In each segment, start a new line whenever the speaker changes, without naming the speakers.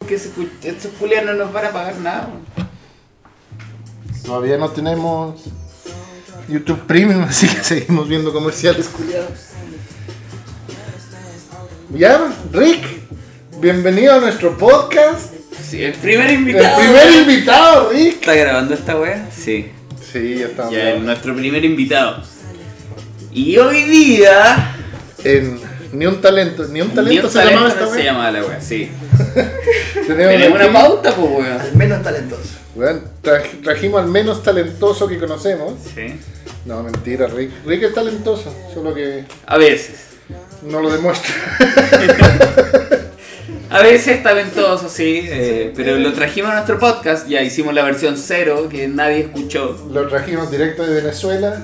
porque ese cu- estos culiados no nos van a pagar nada. weón.
Todavía no tenemos YouTube Premium, así que seguimos viendo comerciales, culiados. Ya, Rick, bienvenido a nuestro podcast.
Sí, el primer
El
invitado.
primer invitado, Rick.
¿Está grabando esta wea? Sí.
Sí, ya estamos.
Ya, nuestro primer invitado. Y hoy día.
En Ni un talento, ni un talento
Ni un
se llamaba esta
no se
vez.
llamaba la wea, sí.
Tenemos
Tenemos
aquí-
una pauta, pues weón.
Al menos talentoso.
Weón, traj- trajimos al menos talentoso que conocemos.
Sí.
No, mentira, Rick. Rick es talentoso, solo que
A veces.
no lo demuestra.
A veces talentoso, sí. eh, pero lo trajimos a nuestro podcast. Ya hicimos la versión cero que nadie escuchó.
lo trajimos directo de Venezuela.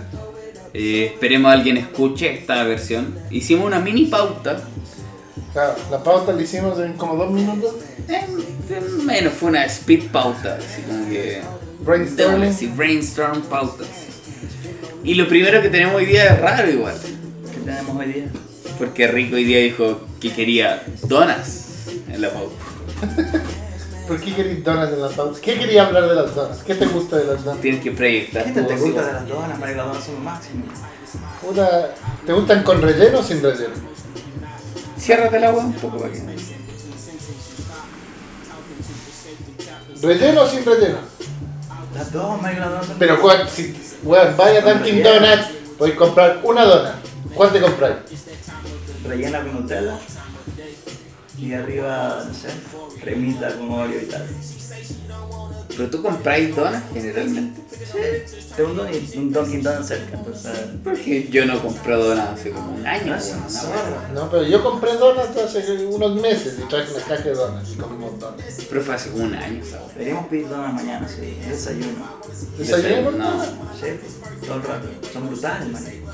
Eh, esperemos alguien escuche esta versión. Hicimos una mini pauta.
La, la pauta la hicimos en como dos minutos.
Eh, menos, fue una speed pauta. Así como que.
Brainstorming.
Démosle, sí, brainstorm pautas. Y lo primero que tenemos hoy día es raro igual. ¿Qué tenemos hoy día? Porque Rico hoy día dijo que quería donas en la pauta.
¿Por qué querías donas en la pauta? ¿Qué quería hablar de las donas? ¿Qué te gusta de las donas?
Tienes que proyectar.
¿Qué
tu voz
te gusta
igual.
de las donas, marica? Las donas son lo máximo.
Puta, ¿Te gustan con relleno o sin relleno?
Ciérrate el agua un poco para que.
¿Relleno o sin relleno?
Las dos, marica, las donas son-
Pero Juan, si weón, vaya a Dunkin' Donuts, voy a comprar una dona. ¿Cuál te compras?
Rellena con Nutella. Y arriba, no sé, cremita con Oreo y tal.
Pero tú compráis donas generalmente.
Tengo un, don, un Dunkin' Donuts cerca, entonces...
Porque yo no compro donas hace como un año.
Gracias,
weón,
sí.
una weá.
No, pero yo compré donas hace unos meses y traje una caja de donas y comimos donas.
Pero fue hace como un año, ¿sabes?
Deberíamos pedir donas mañana, sí, desayuno.
¿Desayuno?
No.
Sí, todo el rato. Son brutales, marica.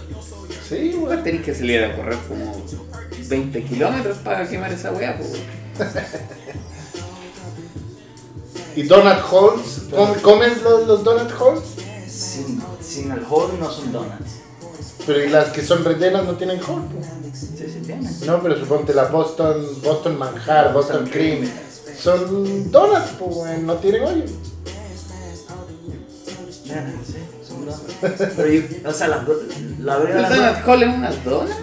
Sí, weón.
Igual tenés que salir a correr como 20 kilómetros para quemar esa weá, pues. weón.
¿Y donut holes? ¿Com- ¿Comen los, los donut holes?
Sin, sin alcohol no son donuts.
Pero ¿y las que son rellenas no tienen hole?
Sí, sí tienen.
No, pero suponte la Boston, Boston Manjar, Boston
Boston
Cream.
Cream.
Son donuts, pues, weón, no tienen hoyo.
Donuts, sí, son donuts. Pero yo, o sea, las do- la verdad...
¿El
las donuts-
donut hole es una dona?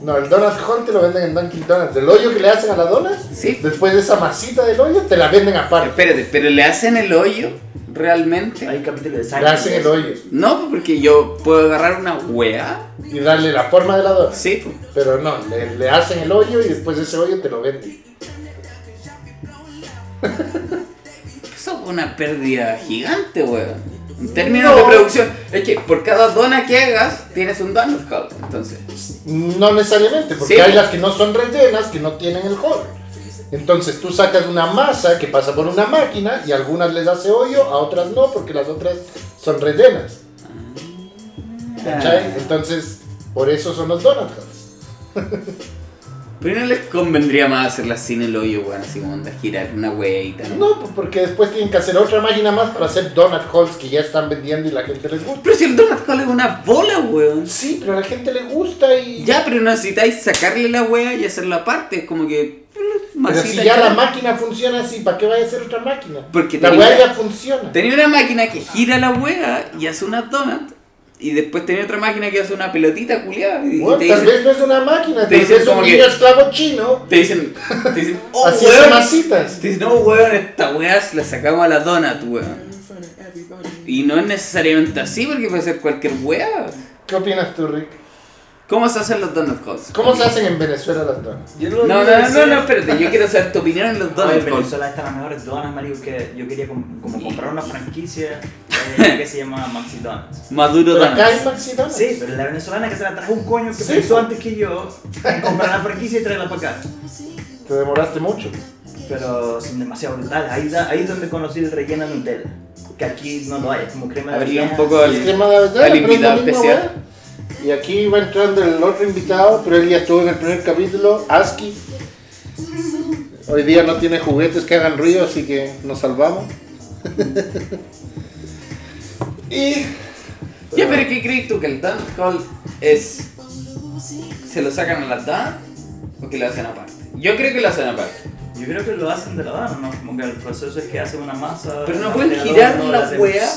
No, el donut hole te lo venden en Dunkin' Donuts. El hoyo que le hacen a la dona,
Sí.
después de esa masita del hoyo, te la venden aparte.
Espérate, pero le hacen el hoyo realmente.
Hay capítulos de
Le hacen el hoyo
No, pues, porque yo puedo agarrar una weá.
y darle la forma de la dona.
Sí, pues, po.
Pero no, le, le hacen el hoyo y después de ese hoyo te lo venden.
eso es una pérdida gigante, weón. En términos de
No.
producción, es que por cada dona que hagas, tienes un donut hole. Entonces,
No necesariamente, porque
Sí.
hay las que no son rellenas, que no tienen el hole. Entonces tú sacas una masa que pasa por una máquina y a algunas les hace hoyo, a otras no, porque las otras son rellenas. ¿Cachai? Entonces, por eso son los donut holes.
primero les convendría más hacerlas sin el hoyo, weón. Así como andar girar una weita, ¿no?
No, pues, porque después tienen que hacer otra máquina más para hacer donut holes que ya están vendiendo y la gente les gusta.
Pero si el donut hole es una bola, weón.
Sí, pero a la gente le gusta y...
Ya, pero no necesitáis sacarle la wea y hacerla aparte. Es como que.
pero si
masita
ya
y
la
tal.
máquina funciona así, ¿para qué vaya a hacer otra máquina?
Porque
la
tenía-
weá ya funciona.
Tenía una máquina que gira la hueá y hace una donut. Y después tenía otra máquina que hace una pelotita culiada. Y
Bueno,
te
tal
dicen,
vez no es una máquina,
te
tal
dicen
vez es un
como que-
niño esclavo chino
te dicen, te dicen, oh,
Así
weón.
son masitas.
Te dicen, no, weón, esta hueá se la sacamos a la donut, weón. Y no es necesariamente así porque puede ser cualquier hueá.
¿Qué opinas tú, Rick?
¿Cómo se hacen los donut holes?
¿Cómo se hacen en Venezuela las donas?
Yo
No, no, no, no, no, espérate, yo quiero saber tu opinión en los
Oye,
donut
pero
holes.
Venezuela están las mejores donas, marico, que yo quería com- como comprar una franquicia eh, que se llama Maxi Donuts.
Maduro
Pero acá hay
donuts.
maxi donas.
Sí, pero la venezolana que se la trajo un coño que
Sí,
pensó
po.
antes que yo en comprar la franquicia y traerla para acá.
Te demoraste mucho.
Pero son demasiado brutales. Ahí, da- ahí es donde conocí el relleno de Nutella. Que aquí no lo hay, es como crema de
Habría un
avellana.
poco
El
el.
tema de verdad,
al
pero es la
invitado
misma
especial.
weá. Y aquí va entrando el otro invitado, pero él ya estuvo en el primer capítulo, ASCII. Hoy día no tiene juguetes que hagan ruido, así que nos salvamos. y
Ya, pero ¿qué crees tú? ¿Que el donut hole es. se lo sacan a la donut o que lo hacen aparte? Yo creo que lo hacen aparte.
Yo creo que lo hacen de la mano, ¿no? Como que el proceso es que hacen una masa.
Pero no
la
pueden
hacen al
girar
horno,
la
hacen-
hueá.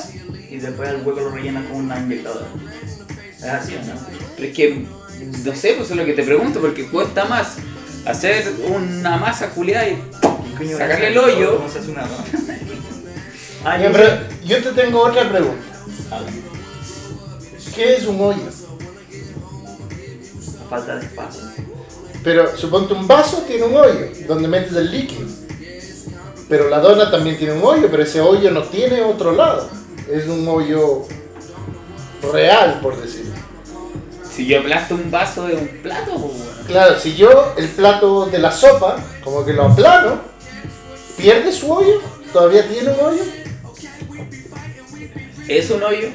Y después el hueco lo rellenan con una inyectadora. Es así, ¿no?
Pero es que, no sé, pues es lo que te pregunto, porque cuesta más hacer una masa culiada y
Coño,
sacarle el
¿cómo
hoyo.
se hace una, no? Ah,
Ya,
yo-
pero yo te tengo otra pregunta.
A ver,
¿Qué es un hoyo?
Falta de espacio.
Pero suponte un vaso tiene un hoyo donde metes el líquido. Pero la dona también tiene un hoyo, pero ese hoyo no tiene otro lado. Es un hoyo real, por decirlo.
Si yo aplasto un vaso de un plato, pues, weón.
Claro, si yo el plato de la sopa, como que lo aplano, pierde su hoyo, todavía tiene un hoyo.
es un hoyo.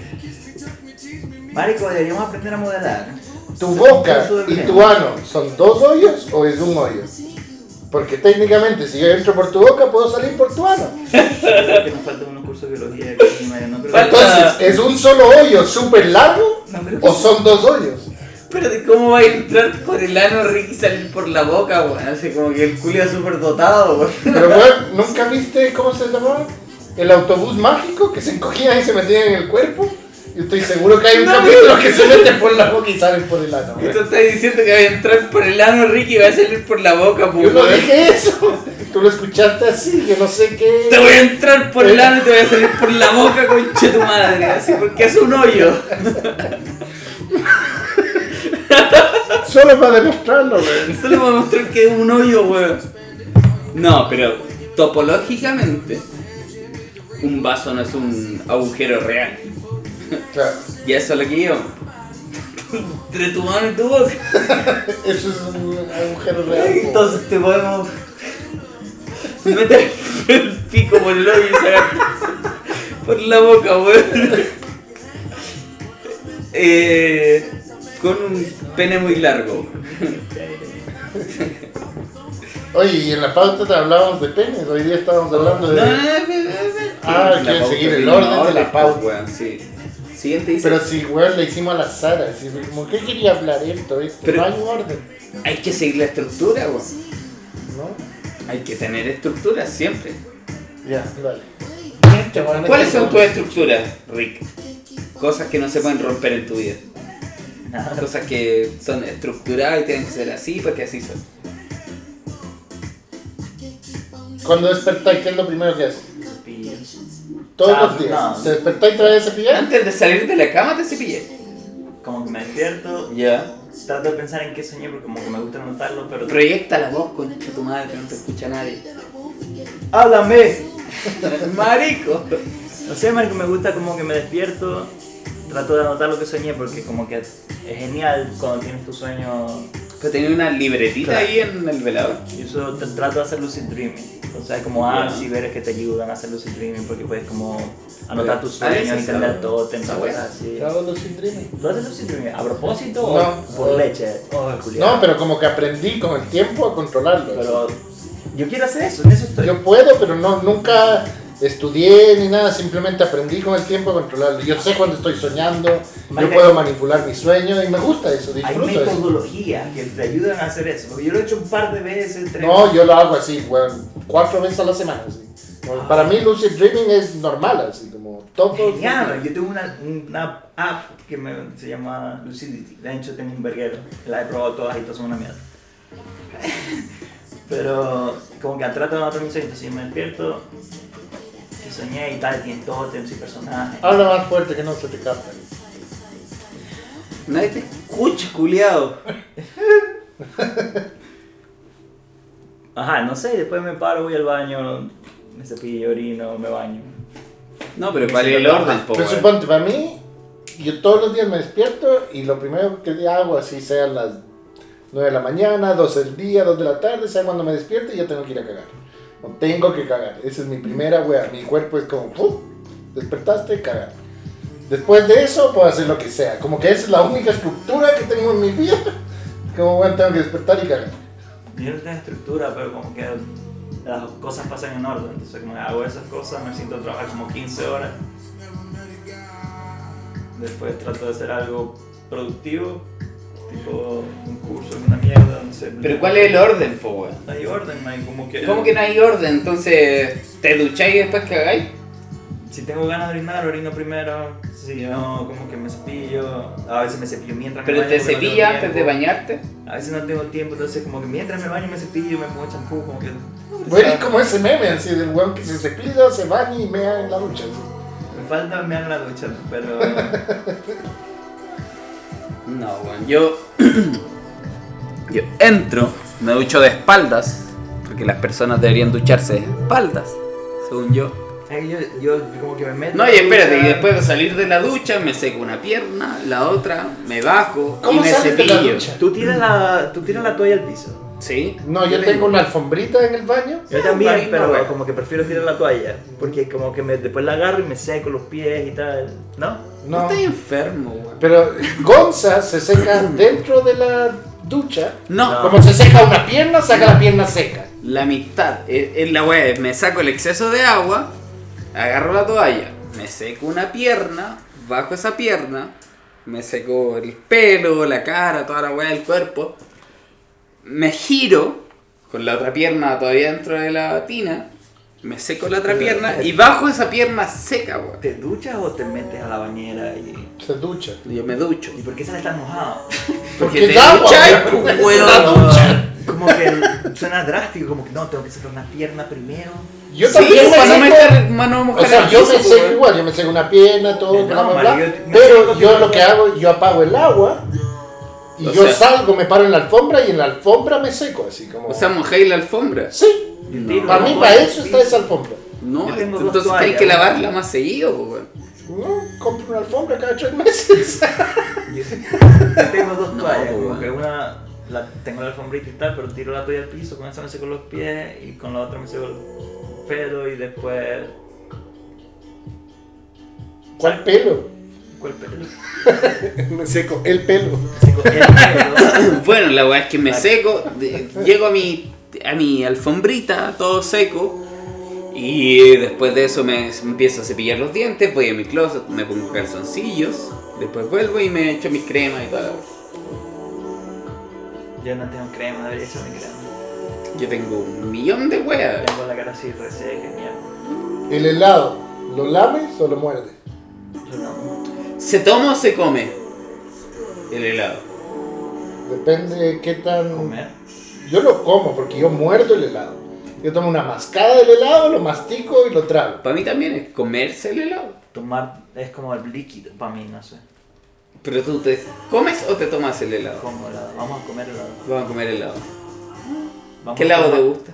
Marico, deberíamos aprender a modelar.
Tu boca y tu ano son dos hoyos o es un hoyo. Porque técnicamente si yo entro por tu boca puedo salir por tu ano.
Creo que nos falta unos cursos de biología que ni madre, no creo que-
Falta-
Entonces, ¿es un solo hoyo súper largo
No creo que-
o son dos hoyos?
Pero de cómo va a entrar por el ano Ricky y salir por la boca, weón. Hace como que el culo es pues. súper dotado, weón.
Pero weón, ¿nunca viste cómo se llamaba? El autobús mágico que se encogía y se metía en el cuerpo. Yo estoy seguro que hay un
No,
capítulo que se mete por la boca y sale por el ano.
Y
weón.
tú estás diciendo que va a entrar por el ano Ricky y va a salir por la boca, pues,
Yo no
weón.
dije eso. Tú lo escuchaste así, yo no sé qué.
Te voy a entrar por el ano y te voy a salir por la boca, conche tu madre. Así porque es un hoyo.
Solo para demostrarlo, weón.
Solo para mostrar que es un hoyo, weón. No, pero topológicamente, un vaso no es un agujero real.
Claro,
Y eso es lo que yo. Entre tu mano y tu boca.
eso es un agujero real. po.
Entonces te podemos meter el pico por el hoyo y sacar por la boca, weón. Eh, con un pene muy largo.
Oye, y en la pauta te hablábamos de penes, hoy día estábamos hablando
No, no,
de.
no, no, no.
Ah,
La
quieren
pauta
seguir el
tiene
orden
una
de la pauta.
pues, weón, sí. Siguiente dice.
Pero sí, weón, le hicimos a la Sara. Así, como, ¿qué quería hablar esto? esto?
Pero-
No hay orden,
Hay que seguir la estructura, weón.
¿no?
Hay que tener estructura siempre.
Ya, vale.
¿Cuáles son tus estructuras, Rick? Cosas que no se pueden romper en tu vida.
Nada.
Cosas que son estructuradas y tienen que ser así porque así son.
Cuando despertáis, ¿qué es lo primero que haces?
Pillos.
Todos
Ah,
los días.
no.
¿Te despertáis y traes a cepillar?
Antes de salir de la cama te cepillé.
Como que me despierto,
Ya.
trato de pensar en qué soñé porque como que me gusta notarlo, pero...
Proyecta la voz con tu madre que no te escucha nadie.
¡Háblame!
Marico.
No sé, marico, me gusta como que me despierto, trato de anotar lo que soñé porque como que es genial cuando tienes tu sueño.
Pero tenía una libretita
Claro.
ahí en el velador.
Y eso te- trato de hacer lucid dreaming. O sea, como apps
Ya.
y veres que te ayudan a hacer lucid dreaming porque puedes como anotar tus
Ah, esa
sueños,
es
entender
la-
todo, tener
esa
cosas
wea.
así.
Hago los síndromes.
¿Lo haces lucid dreaming? ¿A propósito
No.
o por leche? Oh, culiao.
No, pero como que aprendí con el tiempo a controlarlo.
Pero yo quiero hacer eso, en eso estoy.
Yo puedo, pero no, nunca estudié ni nada, simplemente aprendí con el tiempo a controlarlo. Yo sé cuando estoy soñando, yo
Marica,
puedo manipular mi sueño y me gusta eso,
Hay
disfruto eso.
metodologías que te ayudan a hacer eso. porque Yo lo he hecho un par de veces, tres
No, yo lo hago así, weón, cuatro veces a la semana. así. Como Para mí lucid dreaming es normal, así como topo.
Genial, yo tengo una, una app que me- se llama Lucidity. De hecho, tengo un verguero. La he probado todas y todas son una mierda. Pero como que trato de matar mis sueños. Entonces yo me despierto, que soñé y tal, tiene tótems y personajes.
Habla más fuerte que no se te capta.
Nadie te escucha, culiado.
Ajá, no sé, después me paro, voy al baño, me cepillo, orino, me baño.
No, pero ¿cuál es el orden, po, eh.
Pero
weón?
suponte, para mí, yo todos los días me despierto y lo primero que hago, así sean las 9 de la mañana, 12 del día, 2 de la tarde, sea cuando me despierte, yo tengo que ir a cagar. No tengo que cagar. Esa es mi primera wea. Mi cuerpo es como, "Uf, despertaste, cagar. Después de eso, puedo hacer lo que sea. Como que esa es la única estructura que tengo en mi vida. Como, bueno, tengo que despertar y cagar.
Yo no tengo estructura, pero como que las cosas pasan en orden. Entonces como hago esas cosas, me siento a trabajar como 15 horas. Después trato de hacer algo productivo. tipo un curso, una mierda, no sé.
Pero ¿cuál es el orden, po, weón?
No hay orden, man, como que...
¿Cómo que no hay orden? Entonces, ¿te ducháis y después cagáis?
Ah, Si tengo ganas de orinar, orino primero. Si no, como que me cepillo. A veces me cepillo mientras me
¿Pero
baño.
te
porque no tengo
cepillas antes de
tiempo.
bañarte?
A veces no tengo tiempo, entonces como que mientras me baño me cepillo, me pongo champú, como que...
Güey, es como ese meme, así del weón que se cepilla, se baña y mea en la ducha. así.
Me falta me hago la ducha, pero...
No, weón. Yo. yo entro, me ducho de espaldas, porque las personas deberían ducharse de espaldas, según yo.
Es que yo, yo como que me meto...
No,
en
y
la
espérate, y
ducha.
después de salir de la ducha me seco una pierna, la otra, me bajo y
¿Cómo
me
sales de la
cepillo.
ducha?
Tú tiras la, tú tiras la toalla al piso.
¿Sí?
No, yo tengo una alfombrita en el baño.
Yo
ahí
también,
no,
pero
güey.
como que prefiero tirar la toalla, porque como que me, después la agarro y me seco los pies y tal, ¿no?
No.
No.
Estoy enfermo, weón.
Pero Gonza se seca dentro de la ducha.
No,
Como se seca una pierna, saca la pierna seca.
la mitad. Es, es la weá, me saco el exceso de agua, agarro la toalla, me seco una pierna, bajo esa pierna, me seco el pelo, la cara, toda la weá del cuerpo, me giro con la otra pierna todavía dentro de la tina, me seco la otra pierna y bajo esa pierna seca, weón.
¿Te duchas o te metes a la bañera y...?
Se ducha.
Yo me ducho.
¿Y por qué sales tan mojado?
Porque es agua,
duchas,
weón.
pues, weón.
La ducha.
Como que suena drástico, como que no, tengo que sacar una pierna primero.
Yo
Sí,
también
para no
me seco.
meter- para no mojar
O sea,
el
yo
piso,
me
pues,
seco
weón.
igual, yo me seco una pierna, todo,
No,
bla, bla,
Mario,
bla.
yo me
Pero
seco
yo
todo.
lo que hago, yo apago el agua y
O
yo
sea-
salgo, me paro en la alfombra y en la alfombra me seco, así como.
O sea, mojáis la alfombra.
sí,
Yo
No.
tiro
para
la
mí,
toalla
para
al
eso está
piso.
esa alfombra.
No,
Yo tengo dos
entonces
toallas,
tenéis que
weón.
lavarla más seguido, pues, weón.
No, compro una alfombra cada tres meses.
Yo tengo dos
No,
toallas,
pues,
como que una la, tengo la alfombrita y tal, pero tiro la toalla al piso, con esa me seco los pies y con la otra me seco el pelo y después...
¿Cuál pelo?
¿Cuál pelo?
Me seco el pelo.
Seco el pelo.
Bueno, la weá es que me seco, de- llego a mi, a mi alfombrita, todo seco, y después de eso me empiezo a cepillar los dientes, voy a mi closet, me pongo calzoncillos, después vuelvo y me echo mis cremas y todo.
Yo no tengo crema, debería ser mi crema.
Yo tengo un millón de weas.
Tengo la cara así reseca, mierda.
El helado, ¿lo lames o lo muerdes?
Yo no.
¿Se toma o se come? El helado.
Depende de qué tan.
Comer.
Yo lo como porque yo muerdo el helado. Yo tomo una mascada del helado, lo mastico y lo trago.
Para mí también es comerse el helado.
Tomar es como el líquido, para mí, no sé.
Pero tú te comes o te tomas el helado.
Como helado. Vamos a comer helado.
Vamos a comer helado.
Vamos
¿Qué
a
helado te
tomar-
gusta?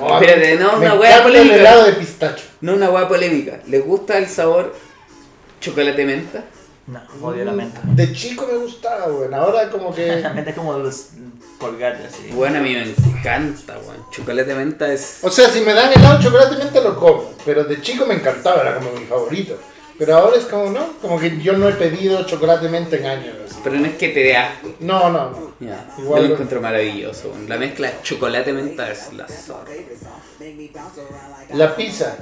Oh,
Espérate, no,
Me
una wea
encanta el
polémica.
helado de pistacho.
No una hueá polémica. ¿Les gusta el sabor chocolate menta?
No, odio la menta.
De chico me gustaba, weón. Ahora como que.
La menta es como los colgados así.
Bueno, a mí me encanta, weón. Chocolate menta es.
O sea, si me dan helado de chocolate menta lo como. Pero de chico me encantaba, era como mi favorito. Pero ahora es como, ¿no? Como que yo no he pedido chocolate menta en años. así.
Pero no es que te dé asco.
No, no, no.
Ya. Yo lo
Igual no.
encuentro maravilloso, weón. La mezcla de chocolate menta es la zorra.
La pizza.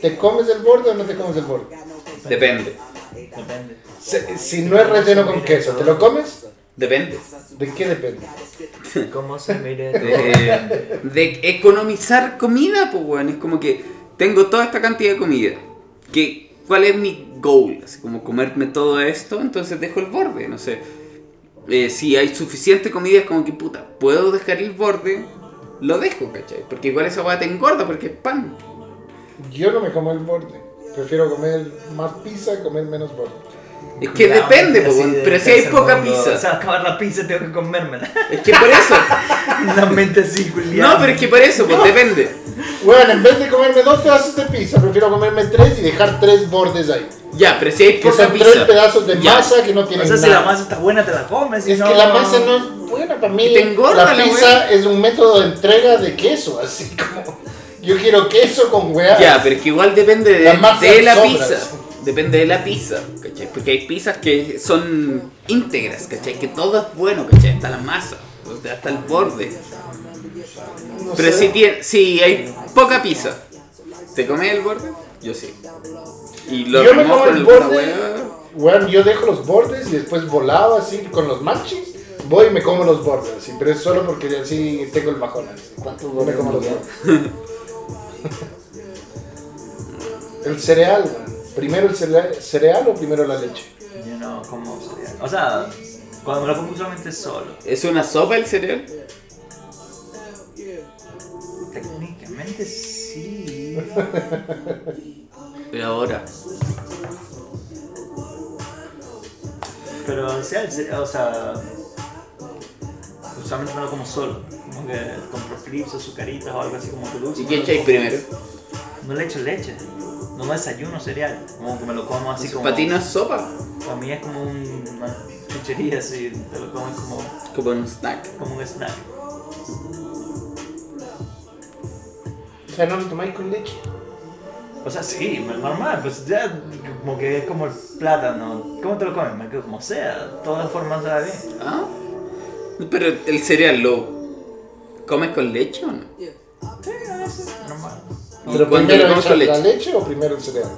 ¿Te comes el borde o no te comes el borde?
Depende.
Depende.
Si, si no es relleno con queso, ¿te lo comes?
Depende.
¿De qué depende?
¿Cómo se mire?
De, Eh, de economizar comida, pues weón. Es como que tengo toda esta cantidad de comida. Que, ¿Cuál es mi goal? Así como comerme todo esto, entonces dejo el borde, no sé. Eh, si hay suficiente comida, es como que puta, puedo dejar el borde, lo dejo, ¿cachai? Porque igual esa weá te engorda porque es pan.
Yo no me como el borde. Prefiero comer más pizza, comer menos borde.
Es que
Cuidado,
depende,
así
pues, weón,
de
pero si hay
tercer
poca
mundo.
pizza.
Se va a acabar la pizza, tengo que comérmela.
es que por eso.
La mente así, culiada.
no, pero es que por eso, pues depende.
Bueno, en vez de comerme dos pedazos de pizza, prefiero comerme tres y dejar tres bordes ahí.
Ya, pero si hay
Que
poca
son tres
pizza.
pedazos de
Ya.
masa que no tienen
O sea, si
nada.
la masa está buena, te la comes. si
Es que la masa no es buena para mí.
Que te engorda
la
la
pizza es un método de entrega de queso, así como yo quiero queso con weá.
Ya, pero es que igual depende de,
La masa
de la
sobras.
pizza. Depende de la pizza, ¿cachai? Porque hay pizzas que son íntegras, ¿cachai? Que todo es bueno, ¿cachai? Hasta la masa, o sea, hasta el borde.
No
Pero
sé.
si, tiene- si hay poca pizza, ¿te comes el borde? Yo sí. Y lo
Yo me
remojo
como
en
el
alguna
borde.
hueá.
weón, yo dejo los bordes y después volado así con los manchis, voy y me como los bordes, así, pero es solo porque así tengo el bajón. Así. ¿Cuántos bordes me como los bordes? el cereal, weón. ¿Primero el cereal, cereal o primero la leche?
Yo no como cereal. O sea, cuando me lo como solamente solo.
¿Es una sopa el cereal?
Técnicamente sí.
Pero ahora.
Pero o sea, el cere- o sea, usualmente me lo como solo. Como que compro flips o azucaritas o algo así como que dulce.
¿Y
no
qué
lo
echáis
como.
primero?
No le echo leche. No me desayuno cereal. Como que me lo como así como.
¿Para ti no es sopa?
Para mí es como un- una chuchería así. Te lo comes como,
Como un snack.
como un snack.
O sea, no lo tomáis con leche.
O sea, sí, normal, pues ya como que es como el plátano. ¿Cómo te lo comes? Me quedo como sea, todas formas sabe bien.
¿Ah? Pero el cereal lo. ¿Comes con leche o no?
Sí, a veces, normal.
¿Y
¿Pero
cuándo lo
primero
comes con
echas la
leche?
leche o primero el cereal?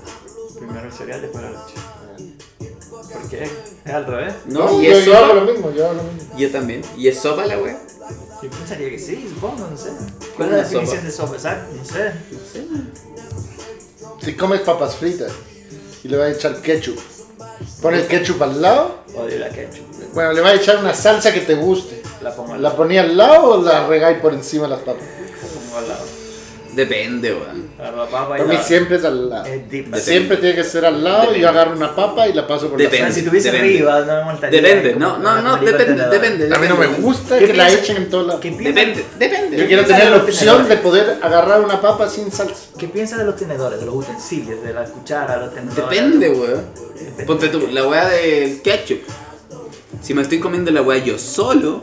Primero el cereal, después la leche. Porque es al revés.
No, y
yo,
es
yo hago
sopa.
lo mismo, yo hago lo mismo.
Yo también. ¿Y es sopa la wea?
Yo pensaría que sí, supongo, no sé.
¿Cuál
¿Cuál
es la
es la definición de sopa exacta? No sé.
No sé.
Si comes papas fritas y le vas a echar ketchup, pon el ketchup al lado,
Odio la ketchup.
bueno, le vas a echar una salsa que te guste.
La pongo al
¿La
lado.
ponía al lado o la regáis por encima de las papas?
La pongo al lado.
Depende, weón.
La papa y
Para mí
la-
siempre es al lado.
Es deep.
Siempre tiene que ser al lado y
Depende.
yo agarro una papa y la paso por
O sea,
Depende.
si tuviese
depende.
arriba, no me molestaría.
Depende,
como
no,
que
no,
me
no,
metería
depende,
contenedor.
depende.
la... A mí no me gusta
¿Qué
que la
piensas?
echen en todo lado.
¿Qué piensas?
Depende, depende.
Yo quiero
piensas
tener
de
la
los
opción de
tenedores?
poder agarrar una papa sin salsa.
¿Qué piensas de los tenedores, de los utensilios, de la cuchara, los tenedores?
Depende, weón.
Depende.
Ponte tú, la weá del ketchup. Si me estoy comiendo la weá yo solo,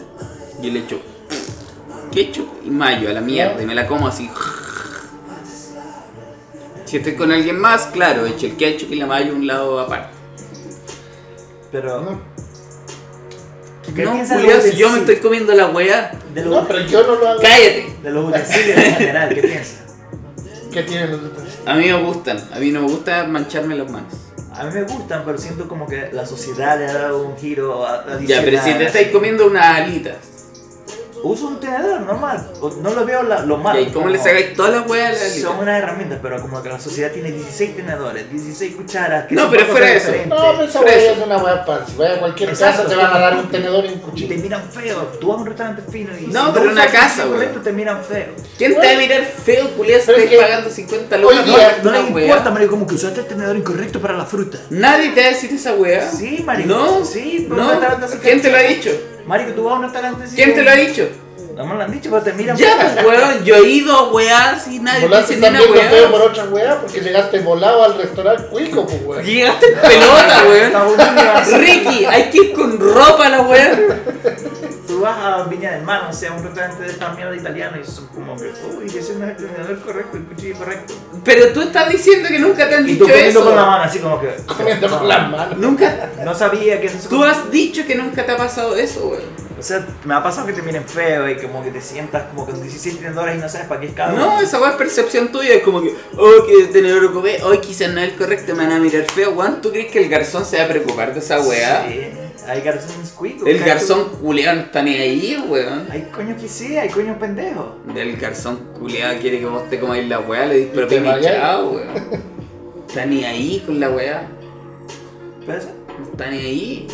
yo le echo ketchup y mayo a la mierda y me la como así. Si estoy con alguien más, claro, echo el ketchup y la mayo a un lado aparte.
Pero.
No,
¿Qué
no,
piensas de
culiao,
los
si yo me estoy
utensilios?
comiendo la weá,
De los,
no, pero yo no lo hago.
cállate.
de los utensilios en general, ¿qué piensas?
¿Qué tienen los otros?
A mí me gustan, a mí no me gusta mancharme las manos.
A mí me gustan, pero siento como que la sociedad le ha dado un giro a- adicional.
Ya, pero si te estáis comiendo unas alitas,
Uso un tenedor normal, o- no lo veo la- lo
¿y
malo.
ahí cómo le
como-
sacáis todas las weas a las
Son
alitas?
unas herramientas, pero como que la sociedad tiene 16 tenedores, 16 cucharas. que
No,
son
pero
para
fuera
cosas
de eso.
diferentes.
No, pues- pero esa
Fresco.
hueá es una hueá fancy. Vaya a cualquier
Exacto.
casa te van a dar un tenedor y un
Y
cuchillo.
te miran feo. Tú vas a un restaurante fino y.
No, pero
usas
una
el
casa,
cuchillo
weón.
correcto, te miran feo.
¿Quién te va a mirar feo, culiado, si
Pero es
estás
que
pagando 50
hoy
lucas?
día
por
No
una
le
wea?
importa, marico, como que usaste el tenedor incorrecto para la fruta.
Nadie te va a decir esa weá.
Sí, marico.
No,
Sí, pero
no.
no te vas a hacer
¿Quién te lo ha
caso.
dicho?
Marico, tú vas a un restaurante así.
¿Quién te lo ha dicho?
No me lo han dicho, pero te miran
Ya,
feo.
pues, weón, yo he ido a weás y nadie te
Volás
dice
te
ni
están
una
viendo feo por
weá.
otra hueá porque llegaste volado al restaurante cuico, pues hueá.
Llegaste en pelota,
Está
weón.
bonito.
Ricky, hay que ir con ropa a la weá.
Tú vas a Viña del Mar, o sea, a un restaurante de esta mierda italiana y son como que, uy, ese no es el tenedor correcto, el cuchillo correcto.
Pero tú estás diciendo que nunca te han
Y tú
dicho
comiendo con la
eso.
mano, así como que.
Comiendo
no,
con las manos.
Nunca.
No sabía que eso.
Tú has dicho que nunca te ha pasado eso, weón.
O sea, me ha pasado que te miren feo y como que te sientas como con 17 tenedores y no sabes para qué es cada uno.
No, esa weá es percepción tuya. Es como que, oh, que tenedor lo comé, oh, quizás no es el correcto, me van a mirar feo, weón. ¿Tú crees que el garzón se va a preocupar de esa weá?
Sí, hay garzones cuicos.
El
cacho.
garzón culeado no está ni ahí, weón.
Hay coño que sí, hay coño pendejo.
El garzón culeado quiere que vos te comáis la weá, le dis
Y
pero
te
pime
vayas.
chao, weón. Está ni ahí con la weá.
¿Pero eso?
No está ni ahí.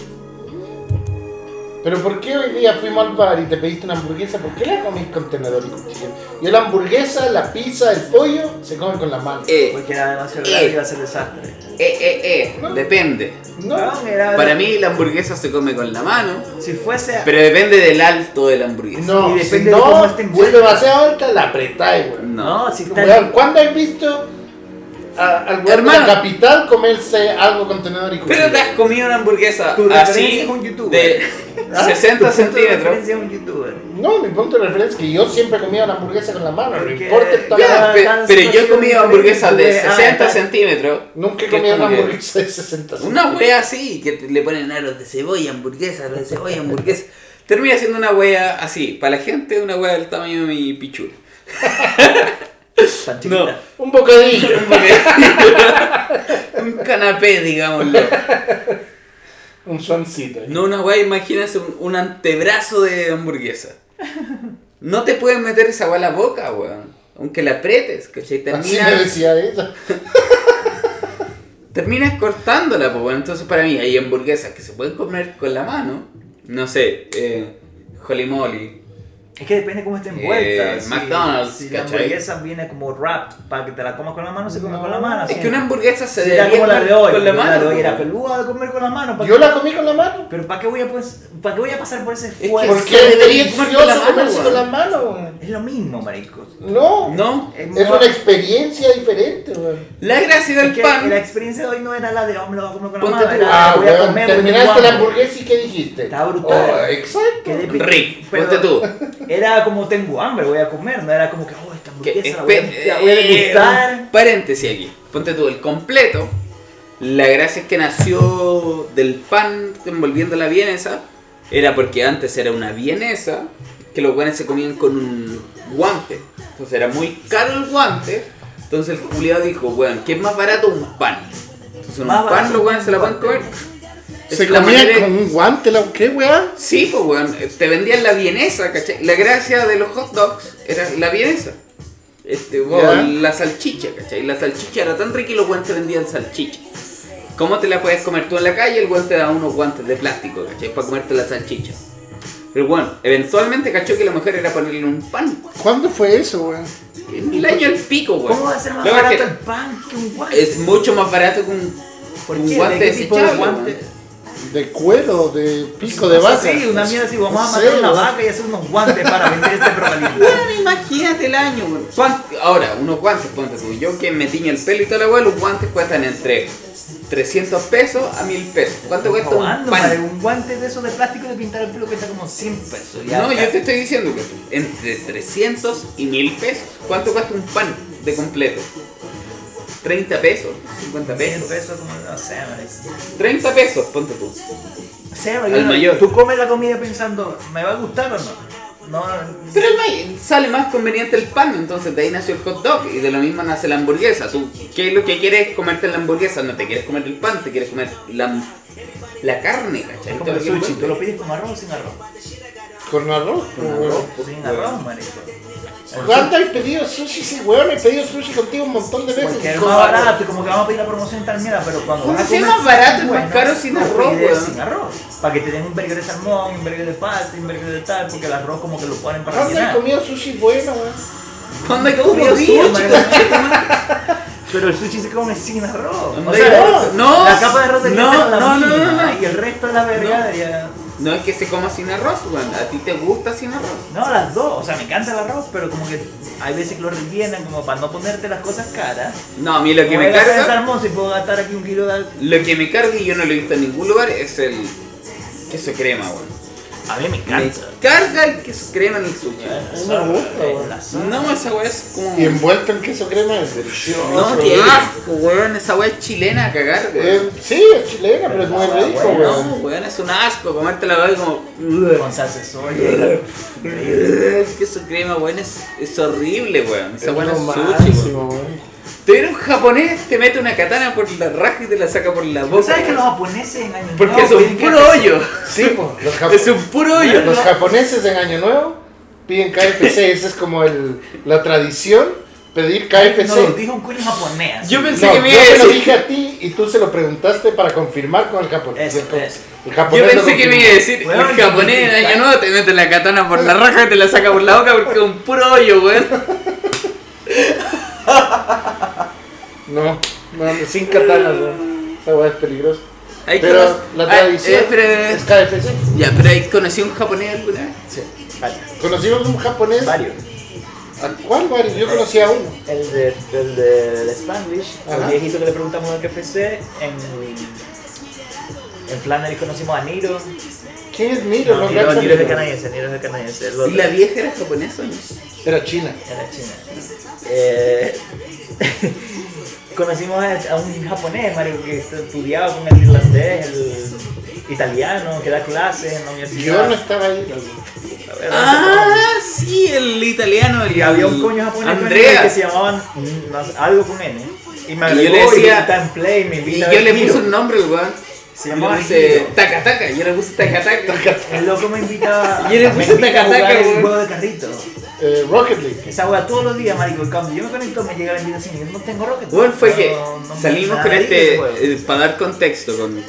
Pero ¿por qué hoy día fuimos al bar y te pediste una hamburguesa? ¿Por qué la comís con tenedor y cuchillo? Yo la hamburguesa, la pizza, el pollo, se comen con las manos.
Eh,
Porque era demasiado
Eh.
grande y iba a ser desastre.
eh, eh, eh.
No.
Depende. ah,
No,
era-
Para mí la hamburguesa se come con la mano,
Si fuese.
pero depende del alto de la hamburguesa.
no,
Y depende
si
de cómo
no,
esté
si
envuelta.
es demasiado alta, la apretáis, güey.
No.
no, si
Weón,
está.
¿Cuándo has visto a- al güey de la
Hermano.
capital comerse algo con tenedor y cuchillo?
Pero te has comido una hamburguesa
Tu
así
referencia es un youtuber.
de
¿Ah?
60 centímetros.
Es un youtuber.
No, mi punto de referencia es que yo siempre he comido la hamburguesa con la mano, no
Porque-
importa el tamaño.
Ya,
Ah,
pe-
tan
pero yo he
situación
comido
diferente,
hamburguesas de
tuve- ah,
60
tan-
centímetros.
Nunca he
que es
comido una
como que-
hamburguesa de 60
Una wea así, que te- le ponen aros de cebolla, hamburguesa, aros de cebolla, hamburguesa. Termina siendo una wea así, para la gente una wea del tamaño de mi pichula.
Tan
No.
chiquita.
Un bocadillo.
Un canapé, digámoslo.
Un suancito. ahí.
No, una weá, imagínense un, un antebrazo de hamburguesa. No te puedes meter esa weá a la boca, weón. Aunque la apretes, ¿cachai?
Así
Terminas,
me decía ella.
terminas cortándola, pues, weón. Entonces, para mí, hay hamburguesas que se pueden comer con la mano. No sé, eh, Holy Moly.
Es que depende cómo esté
Eh,
envuelta. si-
McDonald's,
Si la
¿cachai?
hamburguesa viene como wrapped para que te la comas con la mano, se come
No.
con la mano.
Es
así.
que una hamburguesa se
Si era
debería
como la de hoy.
con la
porque
mano.
de hoy era
weón.
peluda de comer con la mano. ¿pa'
Yo
qué?
la comí con la mano.
Pero ¿para qué, voy a, pues, ¿para qué voy a pasar por ese
que-
esfuerzo?
¿Por
Pues,
qué
sí,
debería
debería comer con la
delicioso
mano,
comerse
weón.
con la mano, weón?
Es lo mismo, marico.
No.
No,
Es
Es una experiencia diferente, weón.
la gracia del
Es que
pan.
la experiencia de hoy no era la de hombre, lo voy a comer con la
Ponte
mano.
tú.
Era,
Ah,
voy a
weón.
comer
Terminaste
porque
la
tengo hambre.
hamburguesa y ¿qué dijiste?
Está brutal.
Oh, exacto.
Quedé pe-
Rick,
pero-
ponte tú.
Era como tengo hambre, voy a comer. No era como que, oh, esta
Que
hamburguesa la voy a,
espe-
la voy a degustar.
eh, paréntesis aquí. Ponte tú, el completo. La gracia es que nació del pan envolviendo la vienesa. Era porque antes era una vienesa que los guanes se comían con un guante. Entonces era muy caro el guante. Entonces el culiado dijo, weón, ¿qué es más barato un pan? Entonces un
Más
pan
barato
los
un
guanes se la pueden
guante.
comer. Esa
Se
es la manera-
comía con un guante, la... ¿qué, weón?
Sí, pues weón, te vendían la vienesa, ¿cachai? La gracia de los hot dogs era la vienesa. Este, weón, la salchicha, ¿cachai? La salchicha era tan rica y los guantes vendían salchicha. ¿Cómo te la puedes comer tú en la calle? El guante da unos guantes de plástico, ¿cachai? Para comerte la salchicha. Pero bueno, eventualmente cachó que lo mejor era ponerle un pan.
¿Cuándo fue eso, weón?
En el año del pico, weón.
¿Cómo va a ser más
Luego es
barato
que
el pan que un guante?
Es mucho más barato que un,
¿Por
un
qué?
guante
¿De qué tipo de
desechable,
guante?
weón.
De cuero, de pico de
O sea,
vaca.
Sí, una mierda así, vamos a
Sí,
matar una
weón.
vaca y hacer unos guantes para vender este probabilidad.
Weón, imagínate el año, weón. Cuan- Ahora, unos guantes, ponte tú. Yo que me tiño el pelo y toda la weá, los guantes cuestan entre 300 pesos a 1000 pesos. ¿Cuánto cuesta un
Robando, madre,
pan?
un guante de esos de plástico de pintar el pelo cuesta como 100 pesos. ya.
No, yo te estoy diciendo que entre 300 y 1000 pesos. ¿Cuánto cuesta un pan de completo? 30 pesos, 50
100
pesos.
pesos como no sé, madre.
30 pesos, ponte tú.
O sea,
Al
yo no-
mayor.
Tú comes la comida pensando, ¿me va a gustar o no? No,
Pero el ma- sale más conveniente el pan, entonces de ahí nació el hot dog y de lo mismo nace la hamburguesa. Tú, ¿qué es lo que quieres comerte en la hamburguesa? No te quieres comer el pan, te quieres comer la, la carne, ¿cachai?
es
Todo
como el
lo que
sushi,
envuelve.
tú lo pides con arroz o sin arroz.
Con arroz, pues,
Con
weón.
arroz, sin arroz, marico.
¿Cuánto has pedido sushi? Sí, weón, he pedido sushi contigo un montón de veces.
Porque es
Con
más
arroz.
barato, como que vamos a pedir la promoción y tal mierda, pero cuando
Como
vas a
si es
comer,
más barato, es
bueno,
más caro sin
no
arroz,
pides
weón.
sin arroz, para que te den un burger de salmón, un burger de pasta, un burger de tal, porque el arroz como que lo ponen para
¿Cuándo has
rellenar.
comido sushi bueno, weón?
¿Cuándo hay que
Obvio,
comer
sí,
sushi?
marico. Pero el sushi se come sin arroz.
No,
O sea,
no,
la capa de arroz de
no,
la
no, no, no,
mínima,
no.
y el resto de la verga ya-
No es que se coma sin arroz, weón. A ti te gusta sin arroz.
No, las dos. O sea, me encanta el arroz, pero como que hay veces que lo rellenan como para no ponerte las cosas caras.
No, a mí lo que
Como
me
el arroz de
carga,
salmón, si puedo gastar aquí un kilo de...
lo que me carga y yo no lo he visto en ningún lugar es el queso crema, weón.
A mí me
Me
encanta.
carga el queso crema en el sushi.
No me gusta, weón.
La sopa.
No, esa weá es como...
Y envuelto en queso crema es delicioso.
No, qué
weón.
asco, weón. Esa weá es chilena a cagar, weón.
Eh, sí, es chilena, pero es muy
Ah,
rico,
bueno,
No,
weón.
weón, es un asco comértela weón como.
Con salsa de soya.
Que su crema, weón, es, es horrible, weón. Esa weón es
lo
sushi, weón.
máximo, weón.
Te viene un japonés, te mete una katana por la raja y te la saca por la boca.
¿Tú sabes que los japoneses en año
Porque
Nuevo
es un
piden
puro
KFC?
hoyo.
Sí, pues, los, japo-
Es un puro hoyo.
los japoneses en Año Nuevo piden KFC. Esa es como el, la tradición, pedir KFC.
No, lo dijo un culo en japonés.
Yo pensé
No,
que me
yo
iba a
te lo
decir.
dije a ti y tú se lo preguntaste para confirmar con el japonés.
Eso,
el,
eso.
el
Yo
japonés lo
pensé que me iba a
confirmó.
decir,
Weón,
el japonés en
yo-
año nuevo te mete la katana por la raja y te la saca por la boca porque es un puro hoyo, weón.
No, no, sin katana, no. Esa weá es peligrosa.
Hay que
Pero
conocer-
la
Ah,
tradición
eh, pero-
es KFC.
Ya, pero ahí conocí a un japonés alguna vez.
Sí. Conocimos un japonés.
Varios.
¿A cuál varios? Yo conocí a uno.
El de, el de el Spanglish,
Ajá.
el viejito que le preguntamos en el KFC, en, en Flannery conocimos a Niro.
¿Quién es Miro?
No,
No,
Niro,
cacho
Niro es
ni-
de canadiense, Niro es de canadiense. el
¿Y
otro
la vieja era japonesa o no?
Era China.
Era China. Eh, conocimos a, a un japonés, Mario, que estudiaba con el irlandés, el italiano, que da clases en
Yo
la universidad.
no estaba ahí.
La verdad,
Ah, sí, el italiano. El,
Y había un coño japonés con
Andrea.
N que se llamaban mm, no sé, algo con N. Y me
Y yo le
agregó y
decía-
está en play, me
Y
invita a
yo
ver
le
Hero.
puse un nombre, weón.
Se
Y
llamaba
le puse
Giro.
taca taca, yo le puse taca taca.
El loco me invitaba.
Y le
me
puse
invita a
taca-taca,
jugar
weón.
un juego de carrito.
Eh, Rocket League.
Esa wea todos los días, marico. Cuando yo me conecto, me llega la invitación y yo no tengo rocket.
Bueno, fue
No-
que
no me
salimos
gusta
con
nada
este,
ese juego.
eh, para dar contexto con...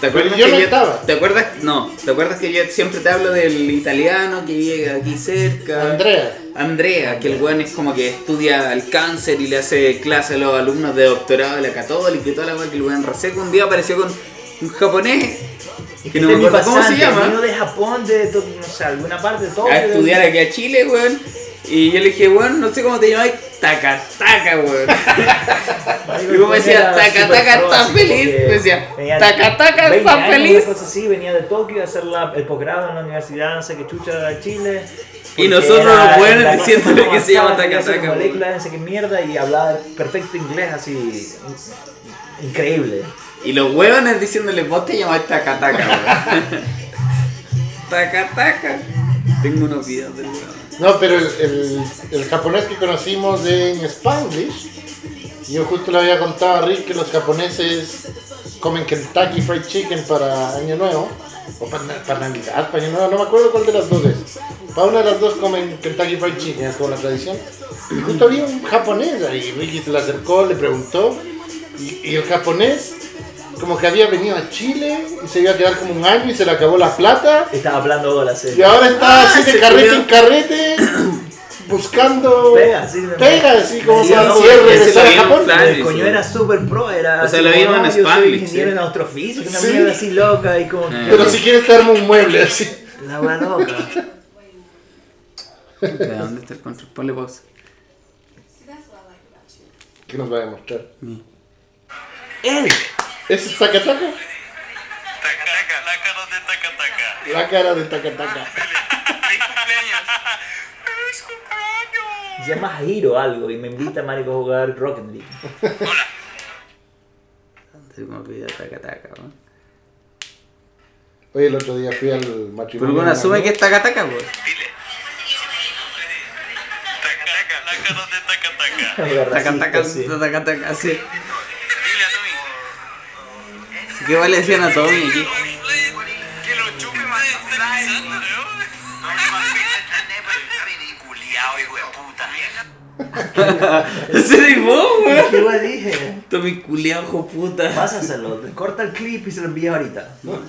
¿Te acuerdas
yo
que
no estaba.
¿Te acuerdas? No, ¿te acuerdas que yo siempre te hablo del italiano que llega aquí cerca?
Andrea.
Andrea, que el weón es como que estudia el cáncer y le hace clase a los alumnos de doctorado de la católica y toda la weá que el weón reseco un día apareció con un japonés que no me
Este es mi
acuerdo cómo se
pasante, Vino
llama
de Japón, de to- no sé, alguna parte, de todo.
a estudiar aquí a Chile, weón. Y yo le dije, weón, no sé cómo te llamas, taca taca, weón.
Marico,
Y como
el
decía,
era
taca,
super
taca,
pro,
estás
así como
feliz.
que
Decía,
venía de
taca, taca,
20
estás
años,
feliz.
una cosa así, venía de Tokio a hacer la- el posgrado en la universidad, no sé qué chucha, de Chile.
Y
porque
nosotros
era
los buenos
la-
diciéndole que se llama
tenía
taca,
sus
taca,
moléculas, no sé qué mierda, y hablaba perfecto inglés, así. Increíble.
Y los huevones diciéndole, vos te llamás taca taca, weón. taca taca. Tengo unos videos del weón.
No, pero el, el- el japonés que conocimos en Spanglish, yo justo le había contado a Rick que los japoneses comen Kentucky Fried Chicken para Año Nuevo, o para, Na- para Navidad, para Año Nuevo, no me acuerdo cuál de las dos es. Para una de las dos comen Kentucky Fried Chicken, es como la tradición. Y justo había un japonés ahí, Ricky se le acercó, le preguntó, y, y el japonés como que había venido a Chile y se iba a quedar como un año y se le acabó la plata.
Estaba hablando bolas, sí.
Y ahora está
Ah,
así
ese
de carrete
culiao.
en carrete buscando.
Pega, sí, me-
Pega, así como
Sí,
para
no,
si es
porque
regresar
se
a
lo
Japón.
infla-
El coño era súper pro, era.
Ah, O sea, lo
así como,
vimos en
"No, yo soy
Spanglish,
ingeniero
sí.
en astrofísica, una
Sí.
mierda así loca, y como.
Eh.
Pero si quieres te arma un mueble así.
La wea loca.
¿De dónde está el control? Ponle pausa.
¿Qué nos va a demostrar?
Él.
¿Ese es Takataka?
Taca, taca, la cara de taca, taca.
La cara de Takataka.
Feliz cumpleaños. Feliz cumpleaños.
Se llama Hiro algo y me invita marico a jugar Rocket League.
Estoy como que ya taca taca, weón.
Oye, el otro día fui al matrimonio.
Pero
de
bueno,
una
asume que
amiga.
es taca taca, weón.
Dile. Taca, taca, la cara de taca, taca.
Taca taca,
sí.
taca taca, así.
Dile a Tommy.
Así que vale decían a Tommy aquí.
Que lo chupe más ¿no? Culiao, hijo de puta.
Ese eres vos, weón.
¿Qué le dije?
Tommy culiao, hijo puta.
Pásaselo, te corta el clip y se lo envías ahorita.
Bueno,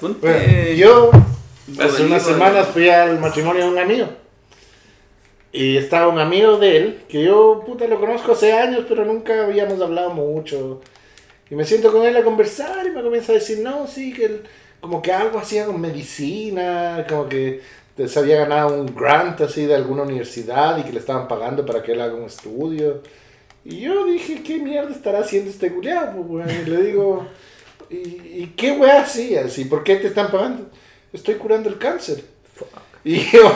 Ponte.
yo hace
Rodrigo,
unas semanas fui al matrimonio de un amigo. Y estaba un amigo de él, que yo, puta, lo conozco hace años, pero nunca habíamos hablado mucho. Y me siento con él a conversar y me comienza a decir, no, sí, que él como que algo hacía con medicina, como que se había ganado un grant así de alguna universidad y que le estaban pagando para que él haga un estudio. Y yo dije, ¿qué mierda estará haciendo este culiao? pues, weón?" Y le digo, ¿y, y qué weá hacías? ¿Y por qué te están pagando? Estoy curando el cáncer. Y yo,